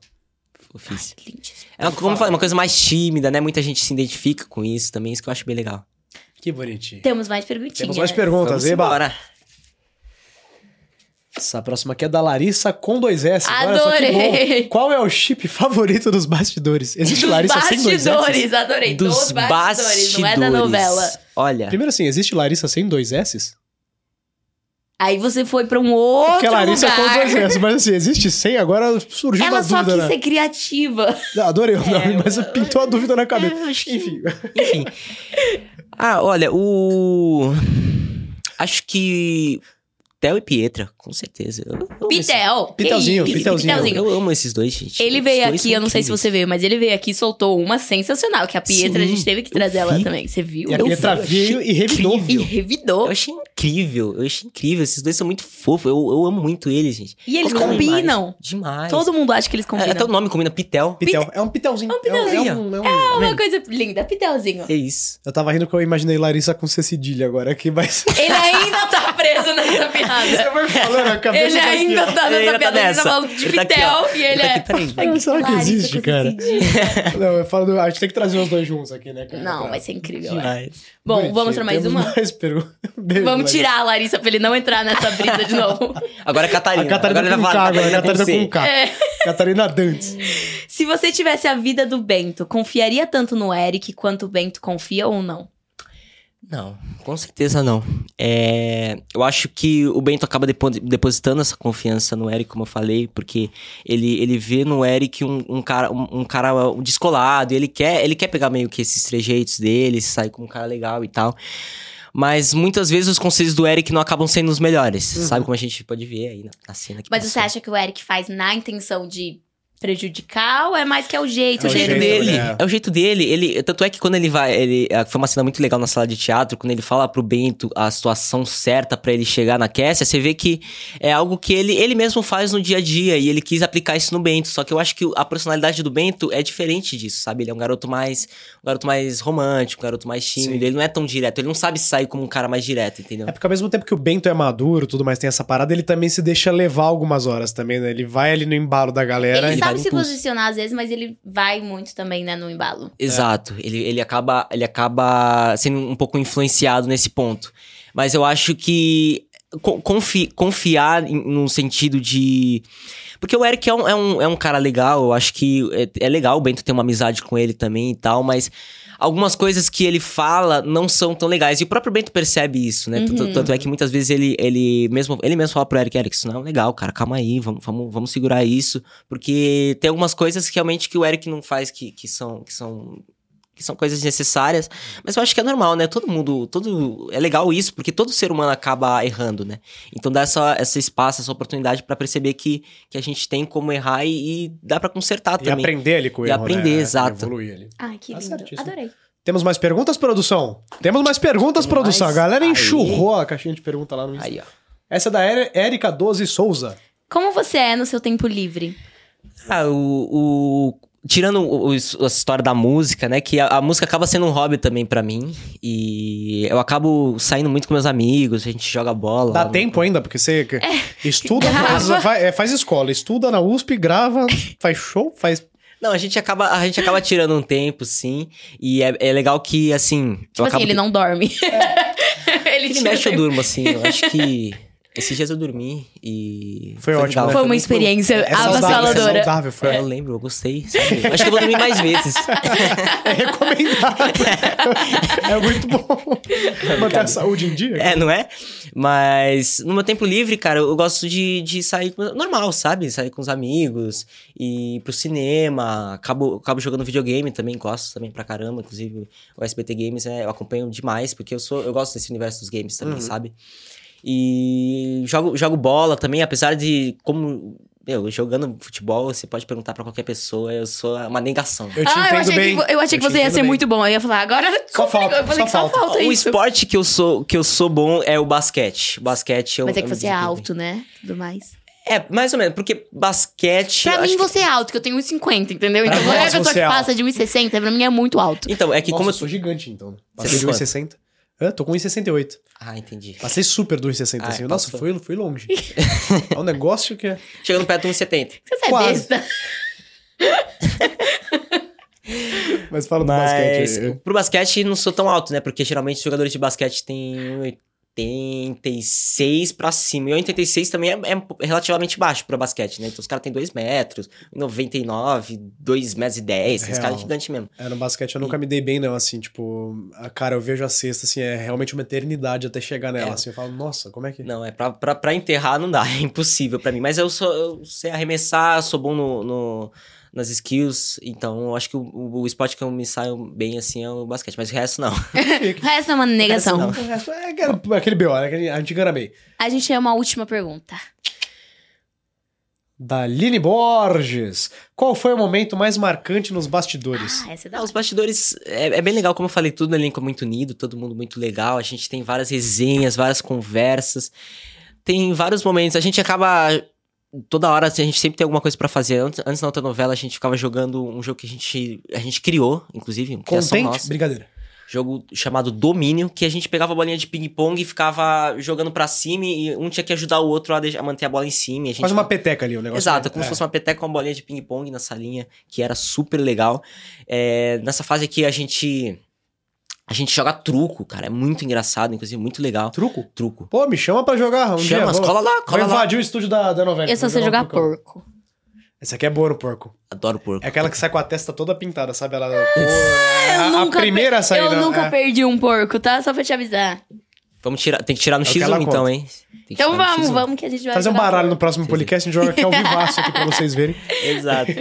Speaker 1: Fofice.
Speaker 2: Lindíssimo.
Speaker 1: É uma, como eu falei, uma coisa mais tímida, né? Muita gente se identifica com isso também. Isso que eu acho bem legal.
Speaker 3: Que bonitinho.
Speaker 2: é. Temos mais perguntinhas.
Speaker 3: Temos mais perguntas,
Speaker 1: Vamos
Speaker 3: Eba.
Speaker 1: embora.
Speaker 3: Essa próxima aqui é da Larissa com dois S. Olha só que
Speaker 2: Adorei.
Speaker 3: bom. Qual é o chip favorito dos bastidores? Existe
Speaker 2: Dos
Speaker 3: Larissa sem dois né? S?
Speaker 2: bastidores, adorei.
Speaker 1: Dos bastidores,
Speaker 2: não é da novela.
Speaker 1: Olha,
Speaker 3: Primeiro assim, existe Larissa sem dois S?
Speaker 2: Aí você foi pra um outro
Speaker 3: Porque a Larissa
Speaker 2: lugar.
Speaker 3: com dois S, mas assim, existe sem? Agora surgiu
Speaker 2: Ela
Speaker 3: uma
Speaker 2: só
Speaker 3: dúvida,
Speaker 2: quis É,
Speaker 3: né?
Speaker 2: ser criativa.
Speaker 3: Não, Adorei o nome, mas pintou a dúvida na cabeça.
Speaker 2: É,
Speaker 3: Enfim,
Speaker 1: enfim. ah, olha, o... Acho que... Theo e Pietra, com certeza. Eu- eu amo esses-
Speaker 2: Pitel. que
Speaker 3: Pitelzinho,
Speaker 2: isso,
Speaker 3: Pitelzinho.
Speaker 2: Pitelzinho.
Speaker 1: Eu amo esses dois, gente.
Speaker 2: Ele
Speaker 1: Os
Speaker 2: veio
Speaker 1: dois
Speaker 2: aqui,
Speaker 1: são
Speaker 2: eu não sei se
Speaker 1: incríveis.
Speaker 2: você veio, mas ele veio aqui e soltou uma sensacional, que a Pietra
Speaker 1: Sim,
Speaker 2: a gente teve que trazer
Speaker 1: eu
Speaker 2: ela
Speaker 1: vi.
Speaker 2: também. Você viu?
Speaker 3: e a
Speaker 1: Eu
Speaker 3: Pietra
Speaker 1: vi,
Speaker 3: veio e revidou.
Speaker 2: E
Speaker 1: incrível.
Speaker 2: revidou.
Speaker 1: Eu achei incrível, eu achei incrível. Esses dois são muito fofos, eu, eu amo muito eles, gente.
Speaker 2: E eles
Speaker 1: Nossa,
Speaker 2: combinam.
Speaker 1: Demais.
Speaker 2: Todo mundo acha que eles
Speaker 1: É,
Speaker 2: combinam.
Speaker 1: até o nome combina, Pitel.
Speaker 3: Pitel. É um pitelzinho.
Speaker 2: É um pitelzinho.
Speaker 3: É um- é um-
Speaker 1: tá
Speaker 2: É uma coisa linda, Pitelzinho.
Speaker 1: É isso.
Speaker 3: Eu tava rindo que eu imaginei Larissa com C cedilha agora aqui, mas...
Speaker 2: Ele ainda tá preso nessa piada.
Speaker 3: vai falando, a cabeça
Speaker 2: Ele
Speaker 3: tá aqui,
Speaker 2: ainda
Speaker 3: ó.
Speaker 2: tá
Speaker 1: Ele
Speaker 2: nessa
Speaker 1: ainda tá
Speaker 2: piada, ele tá
Speaker 1: nessa.
Speaker 2: falando de
Speaker 1: Ele tá aqui,
Speaker 2: Pitel e ele é.
Speaker 1: Tá aqui, peraí.
Speaker 3: Ah, Será que
Speaker 2: Larissa
Speaker 3: existe,
Speaker 2: com
Speaker 3: cara?
Speaker 2: cedilha.
Speaker 3: Não, eu falo... do- A gente tem que trazer os dois juntos aqui, né, cara?
Speaker 2: Não,
Speaker 3: Pra-
Speaker 2: vai ser incrível. é.
Speaker 1: Demais.
Speaker 2: Bom, vamos pra
Speaker 3: Bonitinho.
Speaker 2: mais
Speaker 3: Temos
Speaker 2: uma?
Speaker 3: mais perguntas. Beijo,
Speaker 2: Vamos
Speaker 3: Larissa.
Speaker 2: tirar a Larissa pra ele não entrar nessa brisa de novo.
Speaker 1: Agora é Catarina.
Speaker 3: A
Speaker 1: agora
Speaker 3: Catarina com
Speaker 1: ela
Speaker 3: K
Speaker 1: fala,
Speaker 3: agora, a Catarina
Speaker 1: C.
Speaker 3: com K.
Speaker 2: É.
Speaker 3: Catarina Dantes.
Speaker 2: Se você tivesse a vida do Bento, confiaria tanto no Eric quanto o Bento confia ou não?
Speaker 1: Não, com certeza não. É, eu acho que o Bento acaba depo- depositando essa confiança no Eric, como eu falei, porque ele, ele vê no Eric um, um cara um, um cara descolado, e ele quer, ele quer pegar meio que esses trejeitos dele, sair como um cara legal e tal. Mas muitas vezes os conselhos do Eric não acabam sendo os melhores, sabe? Como a gente pode ver aí na, na cena que
Speaker 2: Uhum. Mas
Speaker 1: passou.
Speaker 2: você acha que o Eric faz na intenção de prejudicar ou é mais que é o jeito,
Speaker 3: É
Speaker 1: o
Speaker 3: o
Speaker 1: jeito
Speaker 3: jeito,
Speaker 1: dele.
Speaker 3: né?
Speaker 1: É o jeito dele. Ele, tanto é que quando ele vai. Ele, ah, foi uma cena muito legal na sala de teatro, quando ele fala pro Bento a situação certa pra ele chegar na Cassia, você vê que é algo que ele, ele mesmo faz no dia a dia e ele quis aplicar isso no Bento. Só que eu acho que a personalidade do Bento é diferente disso, sabe? Ele é um garoto mais. Um garoto mais romântico, um garoto mais tímido.
Speaker 3: Sim.
Speaker 1: Ele não é tão direto. Ele não sabe sair como um cara mais direto, entendeu?
Speaker 3: É porque ao mesmo tempo que o Bento é maduro, tudo mais tem essa parada, ele também se deixa levar algumas horas também, né? Ele vai ali no embalo da
Speaker 2: Ele
Speaker 3: galera. e-
Speaker 1: ele vai
Speaker 2: sabe
Speaker 1: no
Speaker 2: se
Speaker 1: impulso.
Speaker 2: posicionar às vezes, mas ele vai muito também, né, no embalo.
Speaker 1: Exato. Ele, ele, acaba, ele acaba sendo um pouco influenciado nesse ponto. Mas eu acho que co- confi- confiar em- num sentido de. Porque o Eric é um, é um, é um cara legal, eu acho que é, é legal o Bento ter uma amizade com ele também e tal, mas algumas coisas que ele fala não são tão legais. E o próprio Bento percebe isso, né? Tanto- Tanto é que muitas vezes ele, ele, mesmo, ele mesmo fala pro Eric, Eric, isso não é legal, cara, calma aí, vamos, vamos, vamos segurar isso. Porque tem algumas coisas que realmente que o Eric não faz que, que são. Que são que são coisas necessárias, mas eu acho que é normal, né? Todo mundo, todo é legal isso, porque todo ser humano acaba errando, né? Então dá essa, essa espaço, essa oportunidade pra perceber que, que a gente tem como errar e, e dá pra consertar
Speaker 3: E
Speaker 1: também.
Speaker 3: aprender ali com o
Speaker 1: E
Speaker 3: erro,
Speaker 1: aprender,
Speaker 3: né?
Speaker 1: exato.
Speaker 3: Evoluir ali.
Speaker 2: Ai, que
Speaker 3: Tá
Speaker 2: lindo.
Speaker 3: certíssimo.
Speaker 2: Adorei.
Speaker 3: Temos mais perguntas, produção? Temos mais perguntas,
Speaker 1: Tem
Speaker 3: produção.
Speaker 1: mais?
Speaker 3: A galera
Speaker 1: Aí.
Speaker 3: enxurrou a caixinha de pergunta lá no Insta.
Speaker 1: Aí, ó.
Speaker 3: Essa é da Eri- Érica 12 Souza.
Speaker 2: Como você é no seu tempo livre?
Speaker 1: Ah, o. o- Tirando o- o- a história da música, né? Que a, a música acaba sendo um hobby também pra mim. E eu acabo saindo muito com meus amigos, a gente joga bola.
Speaker 3: Dá
Speaker 1: lá no-
Speaker 3: tempo ainda, porque você estuda, faz,
Speaker 2: né? É. Grava.
Speaker 3: vai- é, faz escola, estuda na USP, grava, faz show, faz.
Speaker 1: Não, a gente acaba, a gente acaba tirando um tempo, sim. E é, é legal que, assim.
Speaker 2: Tipo assim, ele não dorme. ele
Speaker 1: Ele
Speaker 2: tira
Speaker 1: mexe, eu
Speaker 2: tempo.
Speaker 3: né?
Speaker 1: durmo, assim. Eu acho que. Esses dias eu dormi e.
Speaker 3: Foi ótimo, né?
Speaker 2: Foi uma
Speaker 1: muito bom.
Speaker 2: experiência
Speaker 3: É saudável, é
Speaker 2: avassaladora.
Speaker 3: saudável, foi.
Speaker 1: É, eu lembro, eu gostei. sabe? Acho que eu vou dormir mais vezes.
Speaker 3: É recomendado. é muito bom.
Speaker 2: É
Speaker 3: Manter a saúde em dia.
Speaker 1: É, não é? Mas no meu tempo livre, cara, eu gosto de, de sair com- normal, sabe? Sair com os amigos, ir pro cinema, acabo, acabo jogando videogame também, gosto também pra caramba. Inclusive, o SBT Games é, eu acompanho demais, porque eu sou eu gosto desse universo dos games também, sabe? E jogo, jogo bola também, apesar de como. Meu, jogando futebol, você pode perguntar pra qualquer pessoa, eu sou uma negação.
Speaker 3: Eu te
Speaker 2: Ah, eu
Speaker 3: entendo
Speaker 2: achei,
Speaker 3: bem.
Speaker 2: que, vo- eu achei que
Speaker 3: te
Speaker 2: você ia
Speaker 3: entendo
Speaker 2: ser
Speaker 3: bem.
Speaker 2: muito bom. Eu ia falar, agora
Speaker 3: Só
Speaker 2: complicou.
Speaker 3: falta,
Speaker 2: Eu falei
Speaker 3: só
Speaker 2: que só
Speaker 3: falta. um
Speaker 2: falta
Speaker 1: O
Speaker 2: isso.
Speaker 1: esporte que eu sou que eu sou bom é o basquete. O basquete eu,
Speaker 2: Mas é que
Speaker 1: eu
Speaker 2: você é
Speaker 1: desenvolvo.
Speaker 2: alto, né? Tudo mais.
Speaker 1: É, mais ou menos, porque basquete.
Speaker 2: Pra
Speaker 1: acho que-
Speaker 2: mim, você é alto, que eu tenho 1,50, entendeu?
Speaker 3: Pra
Speaker 2: Então,
Speaker 3: nós,
Speaker 2: qualquer pessoa
Speaker 3: você
Speaker 2: que
Speaker 3: é alto.
Speaker 2: passa de 1,60, pra mim é muito alto.
Speaker 1: Então, é que
Speaker 3: Nossa,
Speaker 1: como
Speaker 3: eu sou gigante, então.
Speaker 1: Você
Speaker 3: Passei de
Speaker 1: tem
Speaker 3: 1,60. Hã? tô com 1,68.
Speaker 1: Ah, entendi.
Speaker 3: Passei super do 1,60.
Speaker 1: Ai,
Speaker 3: assim. Nossa,
Speaker 1: passou.
Speaker 3: fui, fui longe. é um negócio que é.
Speaker 1: Chegando perto um de 1,70.
Speaker 2: Você é
Speaker 3: Quase.
Speaker 2: besta.
Speaker 3: Mas fala do
Speaker 1: Mas
Speaker 3: basquete.
Speaker 1: pro basquete não sou tão alto, né? Porque geralmente os jogadores de basquete têm 86 pra cima. E 86 também é, é relativamente baixo pra basquete, né? Então os caras têm 2 metros, 99, 2 metros e 10. Esses
Speaker 3: Real.
Speaker 1: caras é gigante mesmo.
Speaker 3: É, no basquete eu nunca me dei bem, não, assim, tipo, a cara, eu vejo a cesta, assim, é realmente uma eternidade até chegar nela,
Speaker 1: É.
Speaker 3: assim, eu falo, nossa, como é que...
Speaker 1: Não, é pra, pra, pra enterrar não dá, é impossível pra mim. Mas eu, sou, eu sei arremessar, sou bom no, no- nas skills, então eu acho que o, o, o esporte que eu me saio bem assim é o basquete, mas o resto não.
Speaker 2: O resto é uma negação.
Speaker 1: Não.
Speaker 3: O resto É aquele, aquele B.O., né? Aquele- a gente engana bem.
Speaker 2: A gente tem uma última pergunta.
Speaker 3: Daline Borges, qual foi o momento mais marcante nos bastidores?
Speaker 2: Ah, essa é da
Speaker 1: Ah,
Speaker 2: hora.
Speaker 1: os bastidores é, é bem legal, como eu falei, tudo no elenco é muito unido, todo mundo muito legal. A gente tem várias resenhas, várias conversas. Tem vários momentos. A gente acaba. Toda hora assim, a gente sempre tem alguma coisa pra fazer. Antes, antes da outra novela, a gente ficava jogando um jogo que a gente, a gente criou, inclusive. um é criação
Speaker 3: Contente?
Speaker 1: Ah, nossa.
Speaker 3: Brincadeira.
Speaker 1: jogo chamado Domínio, que a gente pegava a bolinha de ping-pong e ficava jogando pra cima e um tinha que ajudar o outro a, deixar- a manter a bola em cima. e a gente
Speaker 3: Quase uma peteca ali, o negócio.
Speaker 1: Exato,
Speaker 3: né?
Speaker 1: como
Speaker 3: É.
Speaker 1: se fosse uma peteca com uma bolinha de ping-pong na salinha, que era super legal. É, nessa fase aqui a gente. A gente joga truco, cara. É muito engraçado, inclusive, muito legal.
Speaker 3: Truco?
Speaker 1: Truco.
Speaker 3: Pô, me chama pra jogar um dia.
Speaker 1: Chamas,
Speaker 3: vou-
Speaker 1: cola lá,
Speaker 3: Vou
Speaker 1: cola lá.
Speaker 3: invadir o estúdio da, da novela.
Speaker 2: Eu só
Speaker 3: vou
Speaker 2: sei jogar
Speaker 3: um porcão.
Speaker 2: porco.
Speaker 3: Essa aqui é boa no porco.
Speaker 1: Adoro porco.
Speaker 3: É aquela que sai com a testa toda pintada, sabe? Ela.
Speaker 2: eu
Speaker 3: a, a
Speaker 2: nunca
Speaker 3: primeira a saída.
Speaker 2: Eu nunca
Speaker 3: é.
Speaker 2: perdi um porco, tá? Só pra te avisar.
Speaker 1: Vamos tirar, tem que tirar no
Speaker 3: É o que ela
Speaker 1: X1 então,
Speaker 3: conta.
Speaker 1: hein? Tem que
Speaker 2: Então
Speaker 1: tirar no
Speaker 2: vamos,
Speaker 1: X1.
Speaker 2: vamos que a gente vai
Speaker 3: tá Fazer um
Speaker 2: jogar
Speaker 3: baralho no
Speaker 2: porco.
Speaker 3: próximo podcast, a gente joga aqui ao vivaço aqui pra vocês verem.
Speaker 1: Exato.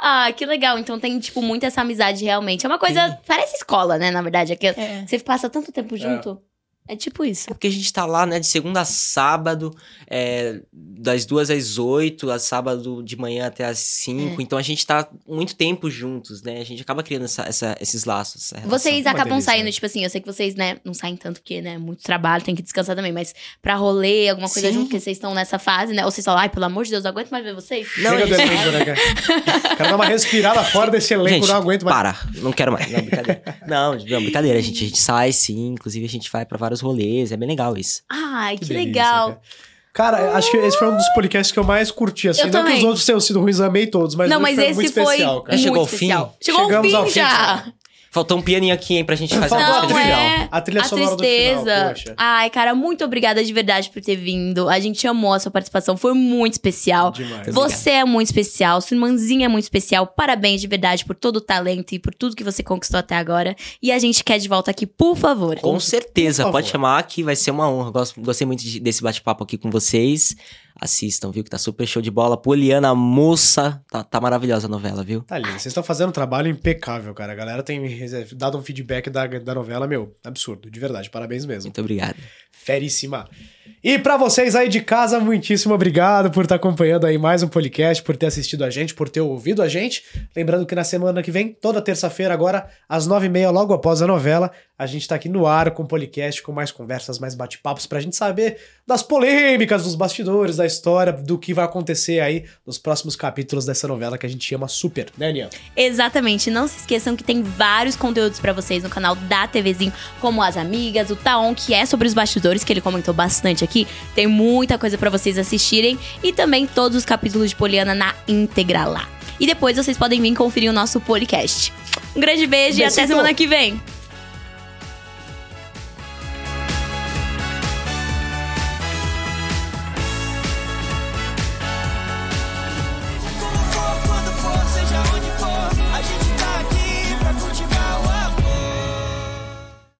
Speaker 2: Ah, que legal. Então tem, tipo, muita essa amizade realmente. É uma coisa. Parece escola, né? Na verdade. É que Você passa tanto tempo junto. É, tipo isso.
Speaker 1: É porque a gente tá lá, né, de segunda a sábado, é, das duas às oito, a sábado de manhã até às
Speaker 2: É.
Speaker 1: cinco. Então a gente tá muito tempo juntos, né? A gente acaba criando essa- essa- esses laços. Essa relação.
Speaker 2: Vocês
Speaker 3: uma
Speaker 2: acabam
Speaker 3: delícia,
Speaker 2: saindo,
Speaker 3: né?
Speaker 2: tipo assim, eu sei que vocês, né, não saem tanto porque, né, muito trabalho, tem que descansar também, mas pra rolê, alguma coisa
Speaker 1: Sim.
Speaker 2: junto, porque vocês estão nessa fase, né? Ou vocês falam, ai, pelo amor de Deus, não aguento mais ver vocês.
Speaker 1: Não,
Speaker 3: Chega
Speaker 1: a
Speaker 3: do
Speaker 1: gente-
Speaker 3: elenco, né, cara? O cara dá uma respirada fora desse elenco,
Speaker 1: Gente,
Speaker 3: não aguento mais.
Speaker 1: Para, não quero mais. Não, brincadeira. não, não, brincadeira, gente. A gente sai sim, inclusive a gente vai pra vários rolês, é bem legal isso.
Speaker 2: Ai, que,
Speaker 3: delícia,
Speaker 2: legal.
Speaker 3: Cara, cara acho que esse foi um dos podcasts que eu mais curti, assim.
Speaker 2: Eu
Speaker 3: não que
Speaker 2: também.
Speaker 3: os outros tenham sido ruins, amei todos, mas
Speaker 2: não, mas
Speaker 3: hoje foi
Speaker 2: esse
Speaker 3: muito
Speaker 2: foi
Speaker 3: especial, cara.
Speaker 1: É,
Speaker 2: muito
Speaker 1: Chegou ao fim?
Speaker 2: especial. Chegou ao
Speaker 3: Chegamos
Speaker 2: fim,
Speaker 3: ao fim,
Speaker 2: já.
Speaker 3: cara.
Speaker 1: Faltou um pianinho aqui, hein, pra gente fazer
Speaker 3: Faltou
Speaker 1: uma
Speaker 3: a
Speaker 2: Não,
Speaker 1: coisa
Speaker 3: trilha.
Speaker 1: legal.
Speaker 2: é.
Speaker 3: A trilha sonora do final, poxa.
Speaker 2: Ai, cara, muito obrigada de verdade por ter vindo. A gente amou a sua participação, foi muito especial.
Speaker 3: Demais.
Speaker 2: Você é muito especial, sua irmãzinha é muito especial. Parabéns de verdade por todo o talento e por tudo que você conquistou até agora. E a gente quer de volta aqui, por favor.
Speaker 1: Com certeza,
Speaker 3: Por
Speaker 1: pode
Speaker 3: favor.
Speaker 1: chamar que vai ser uma honra. Gosto- gostei muito de- desse bate-papo aqui com vocês. Assistam, viu? Que tá super show de bola. Poliana, moça. Tá, tá maravilhosa a novela, viu?
Speaker 3: Tá lindo. Vocês estão fazendo um trabalho impecável, cara. A galera tem eh, dado um feedback da, da novela, meu, absurdo, de verdade. Parabéns mesmo.
Speaker 1: Muito obrigado.
Speaker 3: Feríssima. E pra vocês aí de casa, muitíssimo obrigado por estar acompanhando aí mais um podcast, por ter assistido a gente, por ter ouvido a gente. Lembrando que na semana que vem, toda terça-feira, agora, às nove e meia, logo após a novela, a gente tá aqui no ar com o podcast, com mais conversas, mais bate-papos, pra gente saber das polêmicas, dos bastidores, da história, do que vai acontecer aí nos próximos capítulos dessa novela que a gente chama Super, né, Aninha?
Speaker 2: Exatamente. Não se esqueçam que tem vários conteúdos pra vocês no canal da TVzinho, como As Amigas, o Taon, que é sobre os bastidores, que ele comentou bastante aqui. Tem muita coisa pra vocês assistirem. E também todos os capítulos de Poliana na íntegra lá. E depois vocês podem vir conferir o nosso podcast. Um grande beijo e até
Speaker 3: Besito.
Speaker 2: semana que vem.
Speaker 4: tá